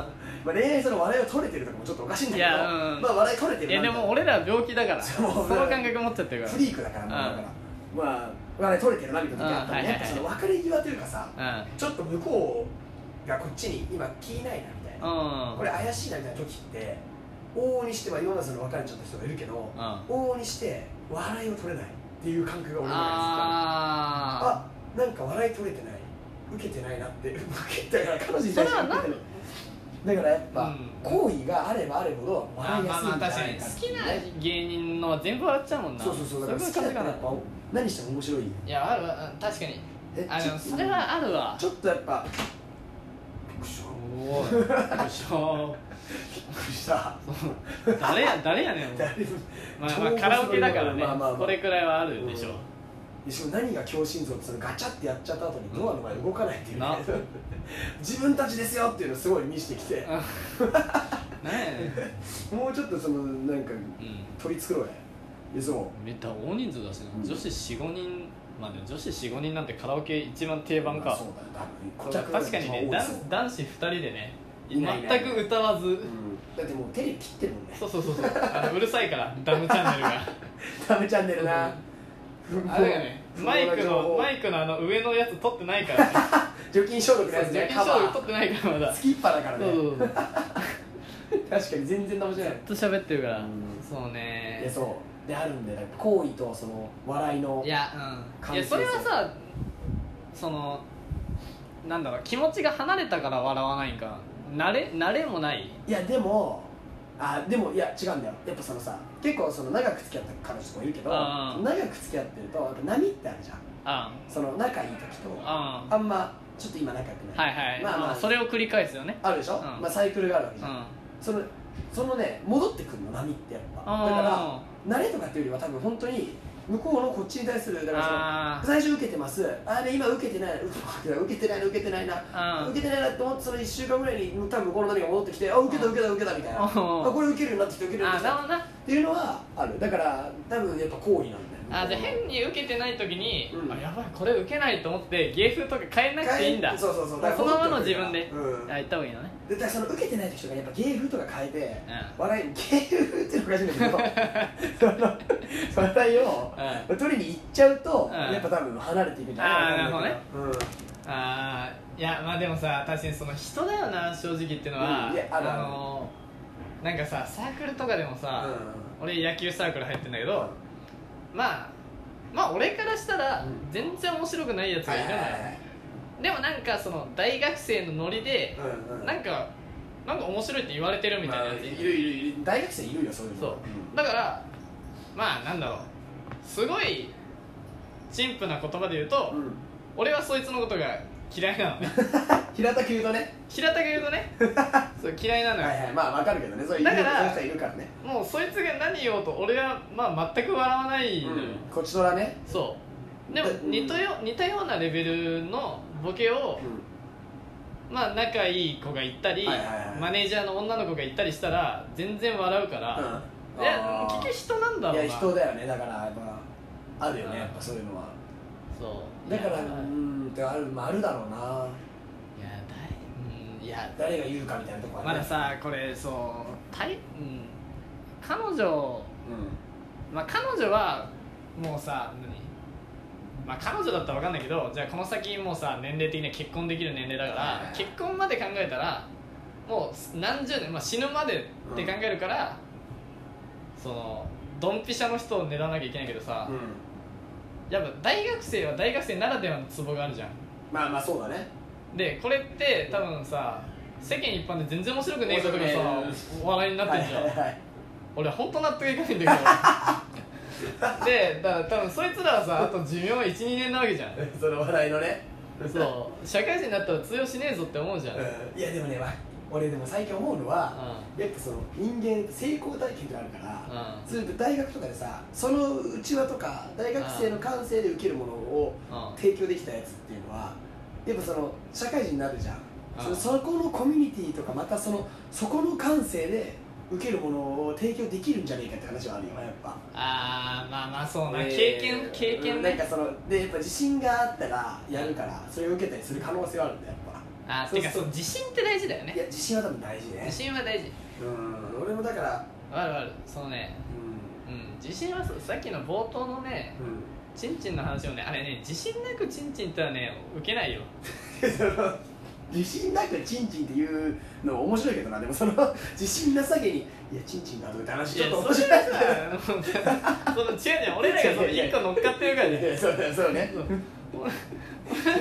A: まあ、恋愛その笑いを取れてるとかもちょっとおかしいんだけど
B: いやうん
A: まあ笑い取れて
B: い
A: る
B: や
A: な
B: で
A: みたいな
B: も俺ら病気だからそ
A: そう
B: の感覚持っちゃってるか
A: フリークだからもうだから、まあ笑い取れてるなみたいな時あったの
B: うん
A: ね
B: はい
A: やっ
B: はいは
A: ぱ
B: い
A: その別れ際というかさ、
B: ら
A: ちょっと向こうがこっちに今気いないなみたいな、
B: うんうん
A: これ怪しいなみたいな時って往々にしては今までその別れちゃった人がいるけど
B: うんあ
A: 往々にして笑いを取れないっていう感覚が俺の中であ
B: あ
A: あなんか笑い取れてない受けてないなって受けてない彼女に
B: そ
A: 対
B: れ
A: して
B: は
A: 受
B: な
A: けてないだからやっぱ、
B: うん
A: 好意があればあるほど笑いやすいんじゃ
B: まあま
A: な
B: あ
A: いか
B: 確
A: っ
B: か
A: てい
B: に
A: う
B: 好
A: ね
B: きな芸人のは全部笑っちゃうもんな
A: そうそうそうだから好
B: す
A: きだ
B: ご
A: っ
B: い
A: たら
B: 感
A: やっ
B: じ
A: ぱ何しても面白いよ
B: いやあるわうん確かに
A: え
B: あ
A: ち
B: で
A: ょ
B: もそれはあるわ
A: ちょっとやっぱびっくりした
B: おおよいしょ
A: びっくり した
B: 誰や誰やねんお前
A: だいぶ
B: まあまあカラオケだからね
A: まあまあまあ
B: これくらいはあるでしょ
A: しかも何が強心臓ってそのガチャってやっちゃった後にドアの前動かないっていうね
B: な
A: 自分たちですよっていうのすごい見せてきて
B: なんやねん
A: もうちょっとそのなんか
B: うん
A: 取り繕えいつも
B: めっちゃ大人数だしな、
A: うん
B: 女子45人まあでも女子45人なんてカラオケ一番定番
A: まあ
B: か
A: そうだよ多分顧客が
B: 確かにね
A: 一番多い
B: 男
A: そう
B: 男子2人でね
A: いないいない
B: 全く歌わず、
A: うんだってもうテレビ切ってるもんね
B: そうそうそうそうあのうるさいからダムチャンネルが
A: ダメチャンネルな
B: あれがねマイクのマイクのあの上のやつ取ってないから、ね、
A: 除菌消毒のやつ
B: ジャ
A: ね
B: ケ
A: カ
B: ショー
A: バ
B: 取
A: ー
B: ってないからまだ
A: スキッパだから
B: そ
A: ね
B: うそうそう
A: 確かに全然ダメじゃない
B: ずっと喋ってるから、
A: うん
B: そうね
A: いやそうであるんでだから好意とその笑いの
B: いや,、うん、
A: 関係
B: いや
A: 性
B: それはさそのなんだろう気持ちが離れたから笑わないんか慣れ慣れもない
A: いやでもあでもいや違うんだよやっぱそのさ結構その長く付き合った彼女とかもいるけど
B: あ
A: 長
B: ー
A: く付き合ってるとやっぱ波ってあるじゃん
B: あ
A: その仲いい時と
B: ん
A: あ
B: あん
A: んまちょっと今仲良くない、
B: はいはい
A: ま
B: ま
A: あ
B: あ、
A: まあ
B: それを繰り返すよね
A: あるでしょ、
B: うん
A: まあ、サイクルがあるわけ
B: うん
A: じゃん、
B: あ
A: そのそのね戻ってくるの波ってやっぱだか
B: あ
A: ら慣れとかっていうよりは多分本当に向こうのこっちに対するだからその
B: あ
A: 最初受けてますあれ今受けてないな受けてない受けてないな受けてないな
B: あ
A: 受けてないなって思ってその1週間ぐらいに多分この波が戻ってきてあ受けた受けた受けたみたいなあこれ受けるようになってきた受けるようにな
B: あ
A: ってきた
B: だもんな
A: っていうのはあるだから多分やっぱ好意なんだよ
B: あじゃあ変に受けてない時に、
A: うん
B: あやばいこれ受けないと思って芸風とか変えなくていいんだ
A: そうそうそう
B: だからそのまま
A: 戻ってくる
B: 自分で
A: うん、
B: あ言った方がいいのね
A: でだからその受けてない時とかやっぱ芸風とか変えて
B: うんうん
A: 笑い芸風っていうのがしいんだけ どその笑いを
B: あ
A: 取りに行っちゃうと、
B: うん
A: やっぱ多分離れていくんじゃいか
B: あーいやまあでもさ確かにその人だよな正直っていうのは、
A: うんいやあるある
B: のーなんかさサークルとかでも
A: うん
B: さ、俺野球サークル入ってんだけ
A: うん
B: ど、まあまあ俺からしたら
A: うん
B: 全然面白くないやつが
A: はい
B: い
A: は
B: る
A: い
B: のよ、
A: はい
B: でもなんかその大学生のノリで
A: うんうん
B: なんかなんか面白いって言われてるみたいなやつい
A: い
B: る
A: るいるいる大学生いるよそういうの
B: そうだからまあなんだろうすごい陳腐な言葉で言うと
A: うんうん
B: 俺はそいつのことが嫌いな のね
A: 平たく言うとね
B: 平たく言う とねそう嫌いなの
A: はい
B: よ
A: はいまあわかるけどねそういう
B: だから
A: そういう人いるからね
B: もうそいつが何言おうと俺はまあ全く笑わないのよ
A: うんこっちとらね
B: そうでも似たよ似たようなレベルのボケを
A: う
B: まあ仲いい子が行ったり、
A: はいはいはい
B: マネージャーの女の子が行ったりしたら全然笑うから、
A: ん
B: いや
A: あー
B: 結局人なんだろうない
A: や人だよねだからやっぱあるよ
B: う
A: ね
B: ん
A: やっぱそういうのは
B: そう
A: だから
B: いうやだ
A: んってあるまああるだろうな
B: うんいや
A: 誰が言うかみたいなとこ
B: ま
A: ある
B: だ
A: ね
B: さこれそうタイ、うん、彼女まあ彼女はもうさ何まあ彼女だったら分かんないけどじゃあこの先もうさ年齢的には結婚できる年齢だか
A: はいはいは
B: ら
A: い
B: 結婚まで考えたらもう何十年、まあ、死ぬまでって考えるから、そのドンピシャの人を狙わなきゃいけないけどさ、
A: うん
B: やっぱ大学生は大学生ならではのツボがあるじゃん
A: まあまあそうだね
B: でこれって多分さ世間一般で全然面白くねえことがさ
A: 面白くね
B: お笑いになってんじゃん、
A: はいはいはい
B: 俺本当納得いかないんだけど でだから多分そいつらはさあと寿命12年なわけじゃん
A: その笑い のね
B: そう社会人になったら通用しねえぞって思うじゃん、うん
A: うんいやでもねわ俺でも最近思うのは、やっぱその人間成功体験があるから、
B: う
A: ずっと大学とかでさそのうちわとか大学生の感性で受けるものを
B: んうん
A: 提供できたやつっていうのはやっぱその社会人になるじゃん
B: う
A: そそ
B: ん
A: このコミュニティとかまたそのそこの感性で受けるものを提供できるんじゃねえかって話はあるよやっぱ
B: ああまあまあそうな、
A: えー
B: 経験経
A: う
B: 験
A: ん
B: ね、
A: なんかそのでやっぱ自信があったらやるからそれを受けたりする可能性はあるんだやっ
B: あー
A: そう
B: てか
A: そう
B: そう自信って大事だよ
A: ぱ
B: ね
A: いや自信は多分大事ね
B: 自信は大事
A: うん俺もだから
B: わかるわかるそのね
A: う
B: うん自信はそうさっきの冒頭のね
A: んうん
B: チンチンの話もねあれね自信なくチンチンってのはね受けないよ
A: その自信なくチンチンっていうの面白いけどなでもその自信なさげに「いやチンチンだ」とかって話
B: い
A: ちょ
B: や
A: っと面
B: それ
A: 白い
B: はさその違う じゃん俺らがその一個乗っかってるからね
A: いやそうだよそうね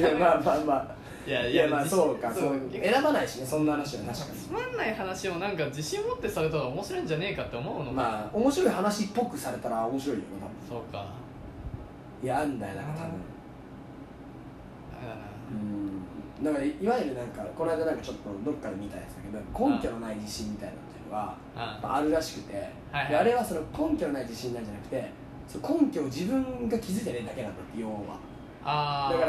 A: いやまあまあま
B: い
A: あ
B: や
A: い
B: い
A: や
B: や
A: まあ
B: 自信
A: そうかそう
B: え
A: 選ばないしねそんな話は確か
B: つまんない話をなんか自信持ってされたら面白いんじゃねえかって思うの
A: にまあ面白い話っぽくされたら面白いよな多分
B: そうか
A: いやあんだよなんか多分う
B: ダメだな
A: んだからいいわゆるなんかこの間なんかちょっとどっかで見たやつだけど根拠のない自信みたいなのっていうのは
B: あ
A: あるらしくて、
B: はいはい
A: であれはその根拠のない自信なんじゃなくてその根拠を自分が気づいてないだけなんだって要は
B: あ
A: だ
B: ー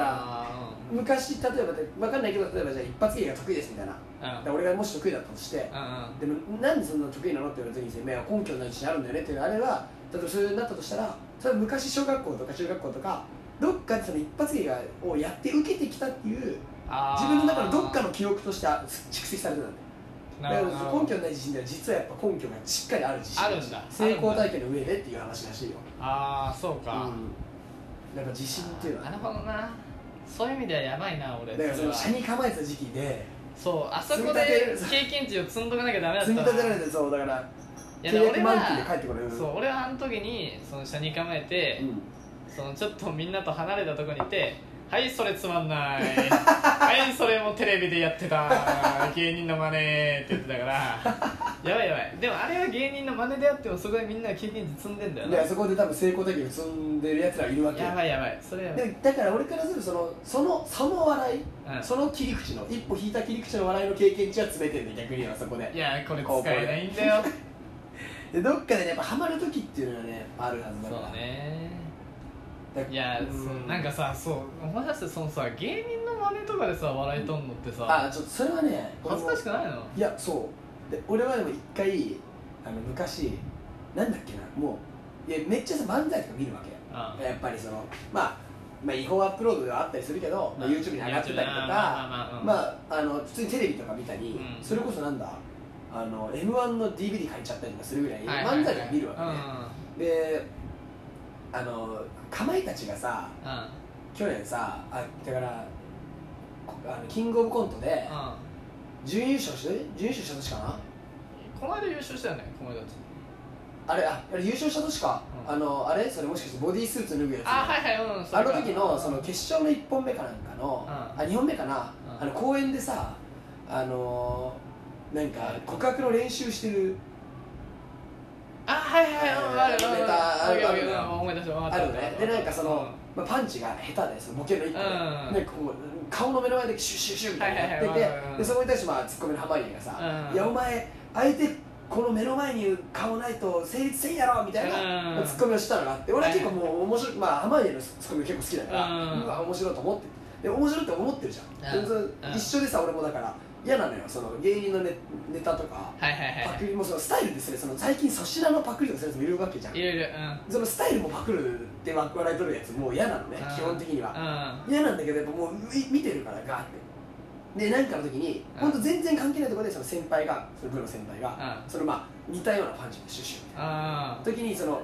A: か昔例えばで分かんないけど例えばじゃあ一発芸が得意ですみたいな
B: うん
A: で俺がもし得意だったとして
B: うんうん
A: でもなんでそんな得意なのって言われた時にいや根拠のない自信あるんだよねっていうのあれは例えばそういうなったとしたらそれは昔小学校とか中学校とかどっかでその一発芸がをやって受けてきたっていう
B: あー
A: 自分の中のどっかの記憶としてあ蓄積されてたんだよだ
B: な
A: から
B: るほ
A: 根拠
B: ど
A: のない自信では実はやっぱ根拠がしっかりある自信
B: あるんだ
A: 成功体験の上でっていう話らしいよ
B: ああそうか、
A: うん、なんか自信っていうのは
B: なるほどなそういう意味ではやばいな俺
A: だからその
B: そ
A: 社
B: れは
A: に構えてた時期で
B: そうあそこ
A: 積み
B: で
A: 立
B: 経験値を積んどかなきゃダメだった
A: 積み
B: な
A: 立てられてそうだから
B: いや
A: 契約
B: 俺
A: 満期で帰
B: は
A: ってこれる
B: そう俺はあの時にその車に構えて、
A: ん、
B: そのちょっとみんなと離れたとこにいて「はいそれつま んない」「はいそれもテレビでやってた芸人の真似」って言ってたからやばいやばいでもあれは芸人の真似であってもそこでみんな経験値積んでんだよ
A: で
B: な
A: あそこで多分成功体験を積んでるやつらがいるわけ
B: やばいやばいそれやばい、
A: でだから俺からするとそのそのその笑い、
B: うん
A: その切り口の一歩引いた切り口の笑いの経験値は詰めてるんだよ逆にはそこで
B: いやこれ使えないんだよ
A: でどっかでねやっぱハマる時っていうのはねあるはずだから
B: そうね
A: だから
B: いや、
A: うん
B: そうなんかさそう思い出してそのさ芸人の真似とかでさ笑いとんのって
A: あ
B: さ、
A: ちょっとそれはね
B: 恥ずかしくないの
A: いやそうで俺はでも一回あの昔なんだっけなもういやめっちゃさ漫才とか見るわけよ
B: あ
A: やっぱりそのまあまあ違法アップロードではあったりするけど、まあ、YouTube に上がってたりとか
B: ああ
A: まあ、あの普通にテレビとか見たり、
B: うん
A: それこそなんだあの m 1の DVD 借りちゃったりとかするぐらい
B: はいはいはい
A: 漫才とか見るわけね、
B: う
A: であのかまいたちがさ
B: んうん
A: 去年さあだからこあのキングオブコントで
B: う
A: 準優勝して準優勝した年かなん
B: この間優勝したよねこの間
A: あれああれ優勝した年か、
B: うん
A: あのあれそれもしかしてボディースーツ脱ぐやつ
B: あはいはいうんそ
A: あ
B: れ
A: の
B: か
A: 時のその決勝の1本目かなんかの、
B: うん
A: あ2本目かな、
B: うん
A: あの公園でさあのーなんか告白の練習してる
B: あはいはいうんある
A: ネタあ
B: ある
A: る
B: あるあ思い出したわか
A: あ
B: った
A: るのねでなんかその、まあ、パンチが下手でそのボケの一個で、
B: うん
A: なんかこう顔の目の前でシュッシュッシュッみたいなのやって
B: はい
A: て、
B: はいはいはい
A: でそこに対してまあツッコミの濱家がさ「
B: うん
A: いやお前相手この目の前に顔ないと成立せんやろ」みたいな、
B: うん
A: ツッコミをしたのがあって俺は結構もう面白い、まあ、濱家のツッコミが結構好きだから、う
B: うん
A: わ面白いと思ってで面白いって思ってるじゃん、
B: うん
A: でそ
B: うん
A: 一緒でさ俺もだから嫌なのよその芸人のネネタとか
B: はいはいはい
A: パ
B: は
A: クリもそのスタイルですねその最近粗品のパクリとかするやつもいるわけじゃん
B: いいろいろうん
A: そのスタイルもパクるってわ笑い取るやつもう嫌なのね
B: うん
A: 基本的に
B: う
A: は
B: ん
A: 嫌なんだけどやっぱもうみ見てるからガーってでなんかの時に
B: うん
A: 本当全然関係ないところでその先輩がその部の先輩が
B: うん
A: そのまあ似たようなパンチでシュッシュ
B: あ
A: 時にその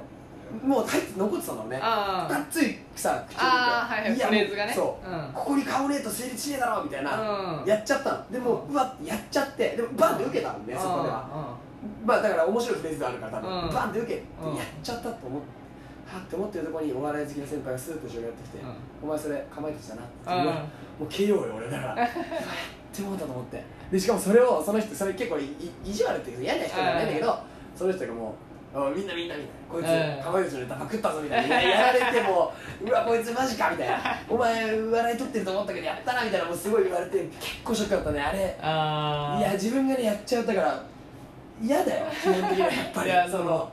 A: もう入って残ってたのね
B: あ
A: がっつりさ口
B: あああはいはい
A: や
B: フレーズがね
A: そううここに顔ねえと成立しねえだろみたいな、
B: んうん
A: やっちゃったのでもううわやっちゃってでもバンって受けたのね、そこではまあだから面白いフレーズがあるから多分、
B: うん
A: バンって受け、
B: うん
A: やっちゃったと思ってはって思ってるところにお笑い好きな先輩がスーッと後ろにやってきて、
B: う
A: お
B: ん
A: 前それ構えてきたなって
B: うんうん
A: うわもう KO よ俺だから うわやってもうたと思ってでしかもそれをその人それ結構いい意地悪っていうか嫌な人じゃないんだけどその人がもうあみんなみんなみんなこいつ
B: うん
A: かまよちのネタパクったぞみたいなややられて もううわこいつマジかみたいなお前笑い取ってると思ったけどやったなみたいなもうすごい言われて結構ショックだったねあれ
B: ああ
A: いや自分がねやっちゃうだから嫌 だよ基本的にはやっぱり
B: いや
A: その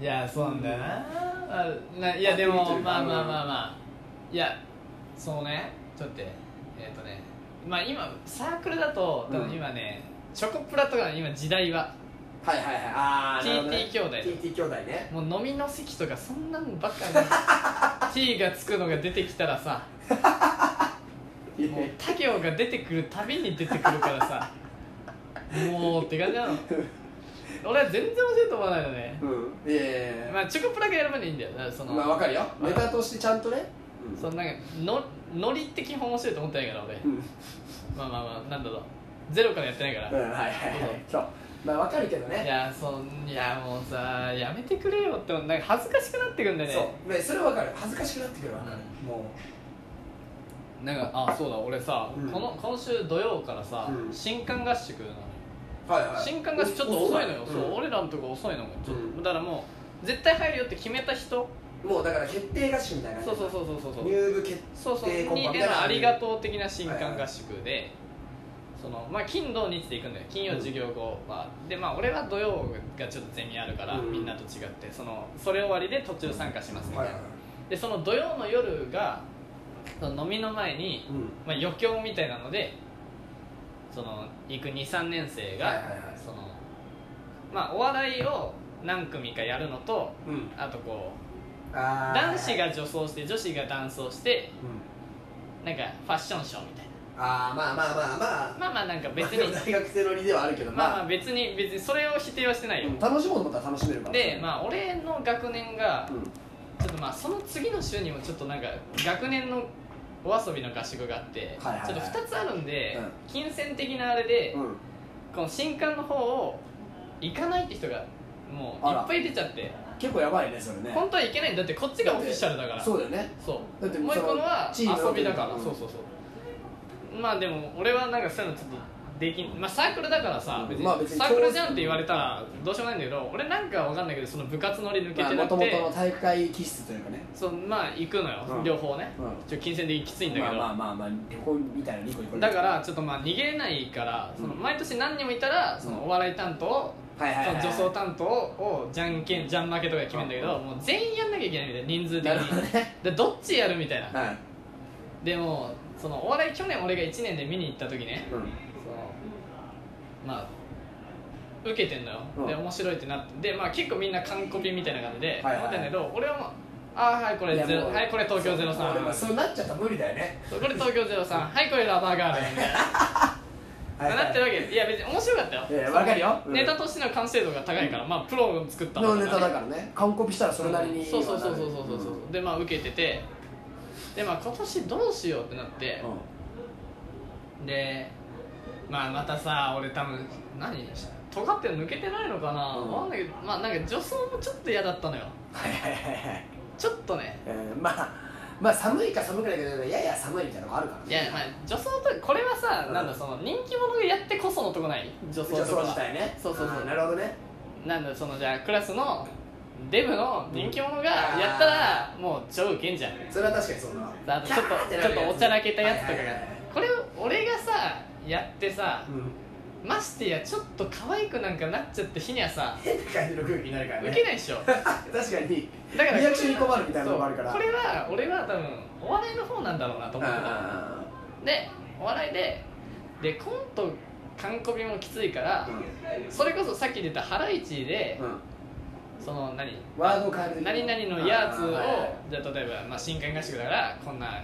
B: いやそうなんだよな,あ、ないやで
A: あ見て
B: も
A: る
B: まあ
A: うん
B: まあまあまあいやそうねちょっと待ってえっ、とねまあ今サークルだと多
A: うん
B: 分今ね、チョコプラとかの今時代は
A: はいはいはいああ
B: TT 兄弟
A: TT 兄弟ね
B: もう飲みの席とかそんなのばっ かり T がつくのが出てきたらさもう他行が出てくるたびに出てくるからさもうって感じなの俺は全然面白いと思わないよね
A: うんいやいやいや
B: まあチョコプラがやる分にいいんだよだからその、
A: まあわかるよネタとしてちゃんとねうん
B: そのなんかのノリって基本面白いと思ってないから俺
A: うん
B: まあまあまあなんだろうゼロからやってないから、
A: うんはいはいはいそうまあわかるけど
B: い
A: ね
B: やそんいやもうさやめてくれよってなんか恥ずかしくなってくんだよね
A: そうねそれはわかる恥ずかしくなってくるわかるも
B: なんかあそうだ俺さ、
A: うん
B: この今週土曜からさ、
A: うん
B: 新刊合宿なのよ
A: うはいはい
B: 新刊合宿ちょっと遅いのよ、
A: ん
B: そう俺らのとこ遅いのよちょっと
A: うん
B: だからもう絶対入るよって決めた人、
A: もうだから決定合宿みたいな感じ
B: そうそうそうそうそうそう
A: 入部決
B: そうそう
A: 定コン
B: に
A: パみたい
B: で
A: な
B: のありがとう的な新刊合宿で、そのまあ、金土日で行くんだよ金曜授業後は、でまあ俺は土曜がちょっとゼミあるから、
A: うん
B: みんなと違ってそのそれ終わりで途中参加しますみたい
A: はい
B: な、
A: はいはい
B: でその土曜の夜がその飲みの前に、
A: うん
B: まあ、余興みたいなのでその行く23年生が、
A: はいはいはい
B: そのまあお笑いを何組かやるのと
A: うん
B: あとこう
A: あー
B: 男子が女装して女子が男装して
A: うん
B: なんかファッションショーみたいな
A: ああまあまあまあまあ
B: まあまあなんか別
A: まあでも
B: に
A: 大学生のりではあるけど
B: まあま
A: ま
B: あ
A: あ
B: 別に別にそれを否定はしてないよ、
A: うん楽しもうと思ったら楽しめるから
B: でまあ俺の学年が
A: うん
B: ちょっとまあその次の週にもちょっとなんか学年のお遊びの合宿があって、
A: はいはいはい
B: ちょっと2つあるんで、
A: うん
B: 金銭的なあれで、
A: うん
B: この新刊の方を行かないって人がもうい
A: あら
B: っぱい出ちゃって
A: 結構やばいねそれね
B: 本当はいけないんだってこっちがオフィシャルだから
A: そうだよね
B: そう
A: だって
B: もう一個のは
A: そのチームの
B: 遊びだから、
A: うん
B: そうそうそうまあでも俺はなんかそういうのちょっとできんまあサークルだからさ、
A: うん
B: 別に
A: まあ別に
B: サークルじゃんって言われたらどうしようもないんだけど俺なんかわかんないけどその部活乗り抜けて
A: も
B: な
A: と
B: く
A: も
B: て
A: と、の体育会気質というかね
B: そうまあ行くのよ、
A: うん
B: 両方ね
A: う
B: ちょっと金銭的にきついんだけ
A: まあ
B: ど、
A: まあまあまあ旅行みたいなニコニコ
B: だからちょっとまあ逃げないから
A: うん
B: その毎年何人もいたらそのお笑い担当、
A: はいはい
B: そ
A: はい
B: の
A: はい
B: 女装担当をじゃんけんじゃん負けとかで決めるんだけど、
A: う
B: もう全員やんなきゃいけないみたいな人数的
A: なるほど
B: に
A: ね
B: でどっちやるみたいな
A: はい
B: でもそのお笑い去年俺が1年で見に行った時ね
A: うん
B: そのまあ受けてんのよ、
A: うん
B: で面白いってなってで、まあ、結構みんな完コピみたいな感じで
A: はいはい
B: 思ってんだけど、俺はもうああはいこれゼロはいこれ東京03
A: そう俺もそうなっちゃったら無理だよね
B: そうこれ東京03はいこれラバーガールみたいな
A: はいはい
B: なってるわけいや別に面白かったよ
A: いやいやわかるようん
B: ネタとしての完成度が高いから、まあプロが作ったん
A: の
B: ね
A: ネタだからね完コピしたらそれなりに
B: そうそうそうそうそうそうそう、でまあ受けててでまあ今年どうしようってなって、でまあまたさ俺多分何尖ってるの抜けてないのかな、
A: うん
B: わかんないけどまあなんか女装もちょっと嫌だったのよ
A: はいはいはいはい
B: ちょっとね
A: えーまあまあ寒いか寒くないかじゃなくてやや寒いみたいなのがあるからね
B: いやまあ女装とこれはさ、
A: うん
B: なんだその人気者がやってこそのとこない女装
A: 女
B: と
A: 装
B: か
A: 自体ね
B: そうそうそう
A: あーなるほどね
B: なんだそのじゃあクラスのデブの人気者がやったらもう超ウケんじゃん
A: それは確かにそうだわ
B: あとちょっ
A: キャーてな
B: とちょ
A: る
B: っ
A: やつ
B: とおちゃらけたやつとかが、
A: はいはいはいはい
B: これを俺がさやってさ
A: うん
B: ましてやちょっと可愛くなんかなっちゃった日にはさ
A: 変な感じの空気になるから
B: ウ
A: ね
B: ケないでしょ
A: 確かに
B: だから
A: リアクションに困るみたいなのもあるから
B: そうこれは俺は多分お笑いの方なんだろうなと思ってた
A: あ
B: でお笑いででコント完コピもきついから
A: ー、
B: それこそさっき出たハライチで、
A: うんうん
B: その何
A: ワードを変える
B: 何々のや
A: あ
B: つを
A: ーはいはい
B: じゃあ例えば、まあ、新刊合宿だからこんな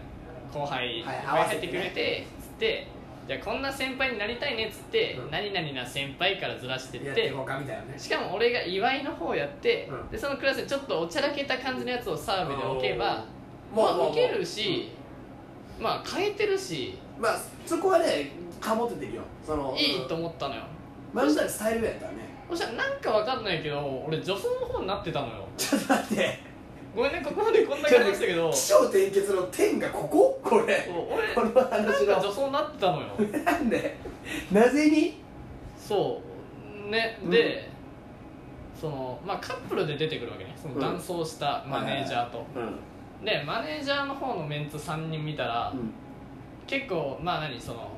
B: 後輩い
A: はい
B: っ
A: 合
B: ぱい
A: わ
B: 入
A: せ
B: ってて
A: ね
B: くれてつってじゃあこんな先輩になりたいねっつって、
A: うん
B: 何々な先輩からずらしてっ
A: やって
B: て
A: いこうかみたいなね
B: しかも俺が祝いの方やって、
A: うん
B: でそのクラスにちょっとおちゃらけた感じのやつをサーブで置けば
A: おーもう
B: ま
A: もう
B: あ
A: もう
B: 受けるし、まあ変えてるし
A: まあそこはねかもっててるよその
B: いいと思ったのよ
A: 前の時代スタイルやったらね
B: そしたらなんかわかんないけど俺女装の方になってたのよ
A: ちょっと待って
B: ごめんねここまでこんな感じでした けど
A: 起承転結の点がこここれ
B: そう俺
A: この話
B: なんか女
A: の
B: 装になってたのよ
A: なんでなぜに
B: そうねで、そのまあカップルで出てくるわけねその男装したマネージャーと、
A: うん
B: でマネージャーの方のメンツ3人見たら、
A: うん
B: 結構まあ何その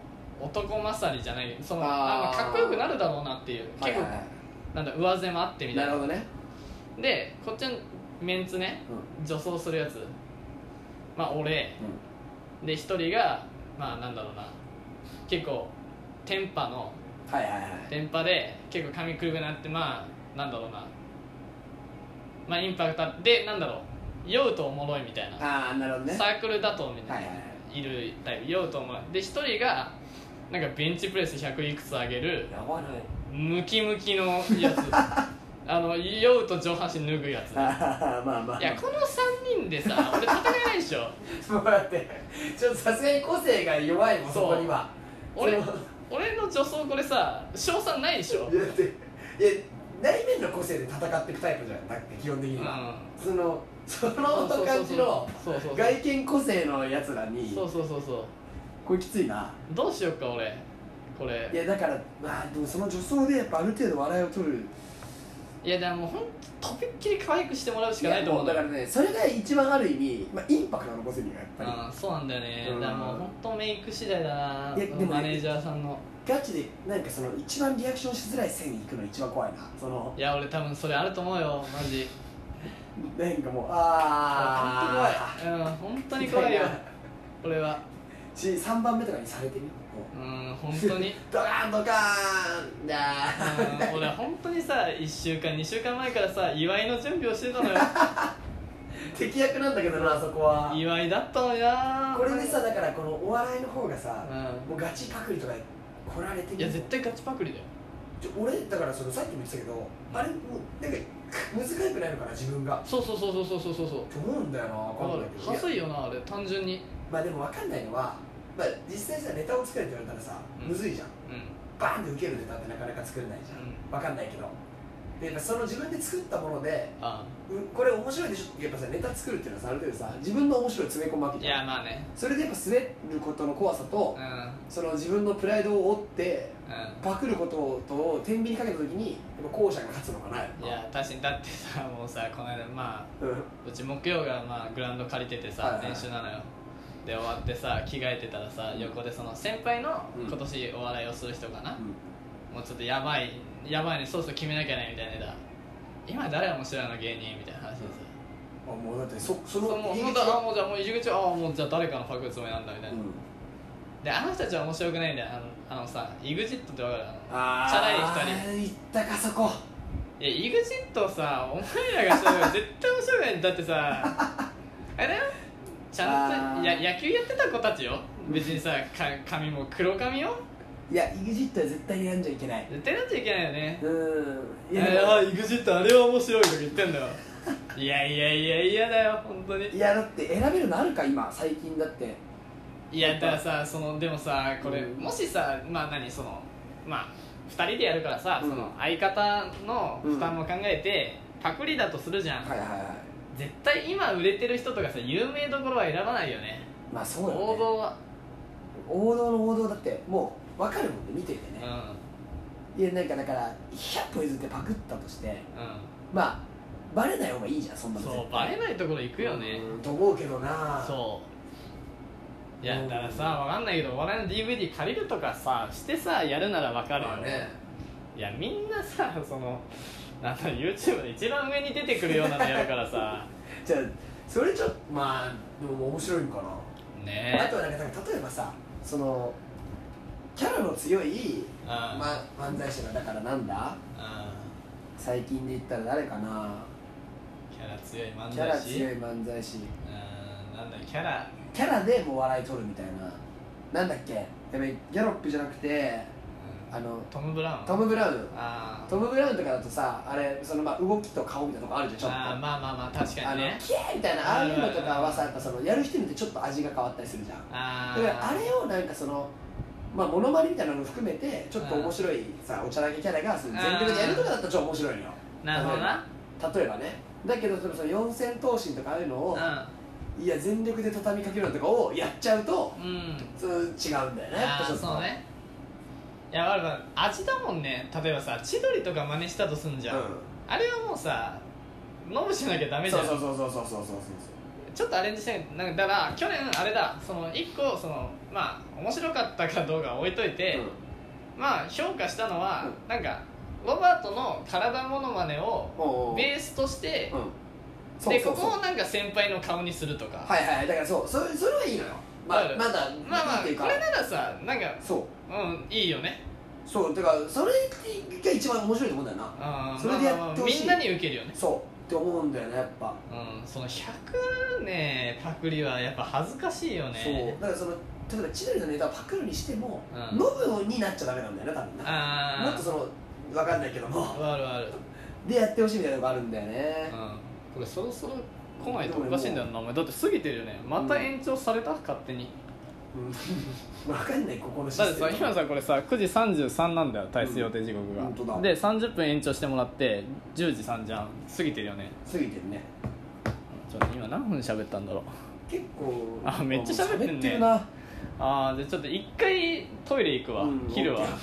B: 男勝りじゃないその
A: あー
B: あまあ、かっこよくなるだろうなっていう結構、
A: はいはいは
B: なんだ上背もあってみ
A: い
B: たい
A: なる
B: な
A: ほどね
B: でこっちのメンツね
A: うん
B: 女装するやつまあ俺
A: う
B: で一人がまあなんだろうな結構天パの
A: んはいはいはい
B: 電波で結構髪くるくなってまあなんだろうなまあインパクトあってでなんだろう酔うとおもろいみたいな、
A: ああなるほどね
B: サークルだとみた
A: はいい
B: な、
A: はいはい
B: い、るタイプ酔うとおもろいで一人がなんかベンチプレス100いくつ上げる
A: やばない
B: ムキムキのや つあの酔うと上半身脱ぐやつい
A: あ ーまあまあ
B: やこの3人で さ俺戦えないでしょ
A: もうだってちょっとさすがに個性が弱いもん
B: そ
A: そうこには
B: 俺
A: その
B: 俺の女装これさ賞賛ないでしょ
A: いやだっていや内面の個性で戦っていくタイプじゃなくて基本的には、そのその感じの
B: そうそうそう
A: 外見個性のやつらに
B: そうそうそうそう
A: これきついな
B: どうしようか俺これ
A: いやだからまあでもその女装でやっぱある程度笑いを取る
B: いやでもほんとびっきり可愛くしてもらうしかないと思うん
A: いや
B: だ
A: も
B: よ
A: うだからねそれが一番ある意味、まあ、インパクトの個性にはやっぱり
B: あそうなんだよね
A: うん
B: だからもうほんとメイク次第だない
A: やでもね
B: マネージャーさんの
A: ガチでなんかその一番リアクションしづらい線に行くの一番怖いなその
B: いや俺多分それあると思うよマジ
A: なんかもうああ
B: ほんと怖いうん本当に怖いよ
A: な
B: 俺は
A: し3番目とかにされてみようこ
B: うん本当に
A: うドカーンドカーンだー
B: うん俺本当にさ1週間2週間前からさ祝いの準備をして たのよ
A: 敵役なんだけどなあそこは
B: 祝いだったのにな
A: これでさだからこのお笑いの方がさ
B: う
A: もうガチパクリとか来られて
B: んいや絶対ガチパクリだよ
A: ちょ俺だからそのさっきも言ってたけどあれもうなんか難しくないのかな自分が
B: そうそうそうそうそうそうそうそう
A: と思うんだよな分かんないけど
B: はず
A: い
B: い
A: や
B: よなあれ単純に
A: まあでも分かんないのはまあ実際さネタを作れって言われたらさ
B: うん
A: むずいじゃん
B: うん
A: バーンって受けるネタってなかなか作れないじゃん分かんないけどでやっぱその自分で作ったもので
B: あ
A: うんこれ面白いでしょやっぱさネタ作るっていうのはさある程度さ自分の面白い詰め込むわけ
B: い
A: じゃん
B: やまあね
A: それでやっぱ滑ることの怖さと、
B: う
A: その自分のプライドを追って
B: んうん
A: パクることと天秤にかけた時にやっぱ後者が勝つのかない
B: いや確かにだってさもうさこの間まあ
A: うんうん
B: うち木曜がまあグラウンド借りてて
A: はい
B: さ
A: はい
B: 練習なのよで終わってさ着替えてたらさ
A: うん
B: 横でその先輩の
A: うん
B: 今年お笑いをする人かな、もうちょっとやばいやばいねそうそう決めなきゃねみたいなネタ今誰面白いの芸人みたいな話でさ
A: あもうだってそそ
B: そう
A: の
B: もう
A: 入
B: も
A: り
B: う
A: 口が
B: だあもうじゃあもう入り口はあもうじゃあ誰かのパクるつもりなんだみたいな、
A: うん
B: であの人たちは面白くないんだよあのあのさ EXIT ってわかるあの
A: あ
B: チャラい
A: 人行ったかそこ
B: いや、イグジットさ、お前らがし たら絶対面白くない。だってさ、あれだよちゃん
A: あ
B: と
A: ー
B: や野球やってた子たちよ。別にさ、か髪も黒髪よ。
A: いや EXIT は絶対にやんじゃいけない
B: 絶対なっちゃいけないよね。
A: うん
B: い
A: い
B: や、
A: や
B: い
A: でも
B: やイグジットあれは面白いとか言ってんだよ。いやいやいやいやだよ、本当に。
A: いやだって選べるのあるか今最近だって
B: いや、だからさ、その、でもさ、これ、
A: うん
B: もしさ、まあ何、その、まあ、二人でやるからさ、
A: うん
B: その、相方の負担も考えて、パクリだとするじゃん。
A: はいはいはい
B: 絶対今売れてる人とかさ有名どころは選ばないよね
A: まあそうだ、ね、
B: 王道は
A: 王道の王道だってもう分かるもんね見てて
B: うん
A: ね、いやなんかだから100歩譲ってパクったとして
B: う
A: まあバレない方がいいじゃんそん
B: ん
A: なの
B: そうバレないところ行くよね
A: うんと思うけどな
B: そういやだからさわかんないけどお笑いの DVD 借りるとかさしてさやるならわかるよ、
A: まあね
B: いやみんなさそのなんだ YouTube で一番上に出てくるようなのやるか らさ
A: じゃあそれちょっとまあでも面白いのかなあ
B: ね
A: とはなんかなんか例えばさそのキャラの強い、
B: うん
A: ま、漫才師がだからなんだ
B: うん
A: 最近で言ったら誰かな
B: キャラ強い漫
A: キャラ
B: 才師
A: 強い漫才師
B: うんなんだキャラ
A: キャラでもう笑い取るみたいななんだっけえやばいギャロップじゃなくてあの
B: トム・ブラウン
A: トム・ブラウン
B: あー
A: トム・ブラウンとかだとさあれそのまあ動きと顔みたいなとこあるじゃんちょっと
B: あーまあまあまあ確か
A: あ
B: に
A: の
B: ね
A: キエーみたいなああいうのとかはさやっぱそのやる人によってちょっと味が変わったりするじゃん
B: あ
A: だからあれをなんかそのまあモノマネみたいなのも含めてちょっと面白いさおちゃらけキャラがその全力でやるとかだったら超面白いのよ
B: あなるほどな
A: 例えばねだけどそのその四千頭身とかああいうの
B: う
A: を
B: ん
A: いや全力で畳みかけるのとかをやっちゃうと
B: うん
A: そう違うんだよねやっ
B: あ
A: ぱちょ
B: ー
A: っと
B: そうねいや悪くない味だもんね例えばさ千鳥とか真似したとすんじゃん、
A: う
B: あれはもうさ飲むしなきゃダメ
A: ん
B: じ
A: そ
B: ゃ
A: うんそうそうそうそうそうそう
B: ちょっとアレンジしてなんかだから去年あれだその1個そのまあ面白かったかどうかは置いといて、まあ評価したのは、
A: う
B: なんかロバートの体モノマネを
A: おうおう
B: ベースとして、
A: うんそう
B: で
A: そう
B: こ
A: そう
B: こをなんか先輩の顔にするとか、
A: はいはいはいだからそうそれそれはいいのよま
B: わか
A: あ
B: る
A: まだ
B: まあま
A: いい
B: あ
A: っていうか
B: これならさなんか
A: そう
B: うんいいよね
A: そうだからそれが一番面白いと思うんだよな
B: うん
A: それでやってほしい
B: まあまあまあみんなに受けるよね
A: そうって思うんだよねやっぱ、
B: うんその100ねパクリはやっぱ恥ずかしいよ
A: そう
B: ね
A: だからその例えば千鳥のネタをパクるにしても、
B: うん
A: ノブになっちゃダメなんだよね多分な
B: ああ
A: もっとその分かんないけども
B: あるある、
A: でやってほしいみたいなのがあるんだよね
B: うん、これそろそろ来ないとおかしいんだよなお前だって過ぎてるよねまた延長された勝手に
A: うん 分かんないここのシ
B: だって
A: ステ
B: さ
A: ム
B: 今さこれさ9時33なんだよ退出予定時刻
A: うん本当
B: が、
A: だ
B: で30分延長してもらって10時3じゃん過ぎてるよね
A: 過ぎてるね
B: ちょっと今何分喋ったんだろう
A: 結構
B: あめっちゃ喋ってんね
A: 喋るな
B: ああじゃあちょっと一回トイレ行くわ、
A: うん
B: 昼は
A: オッ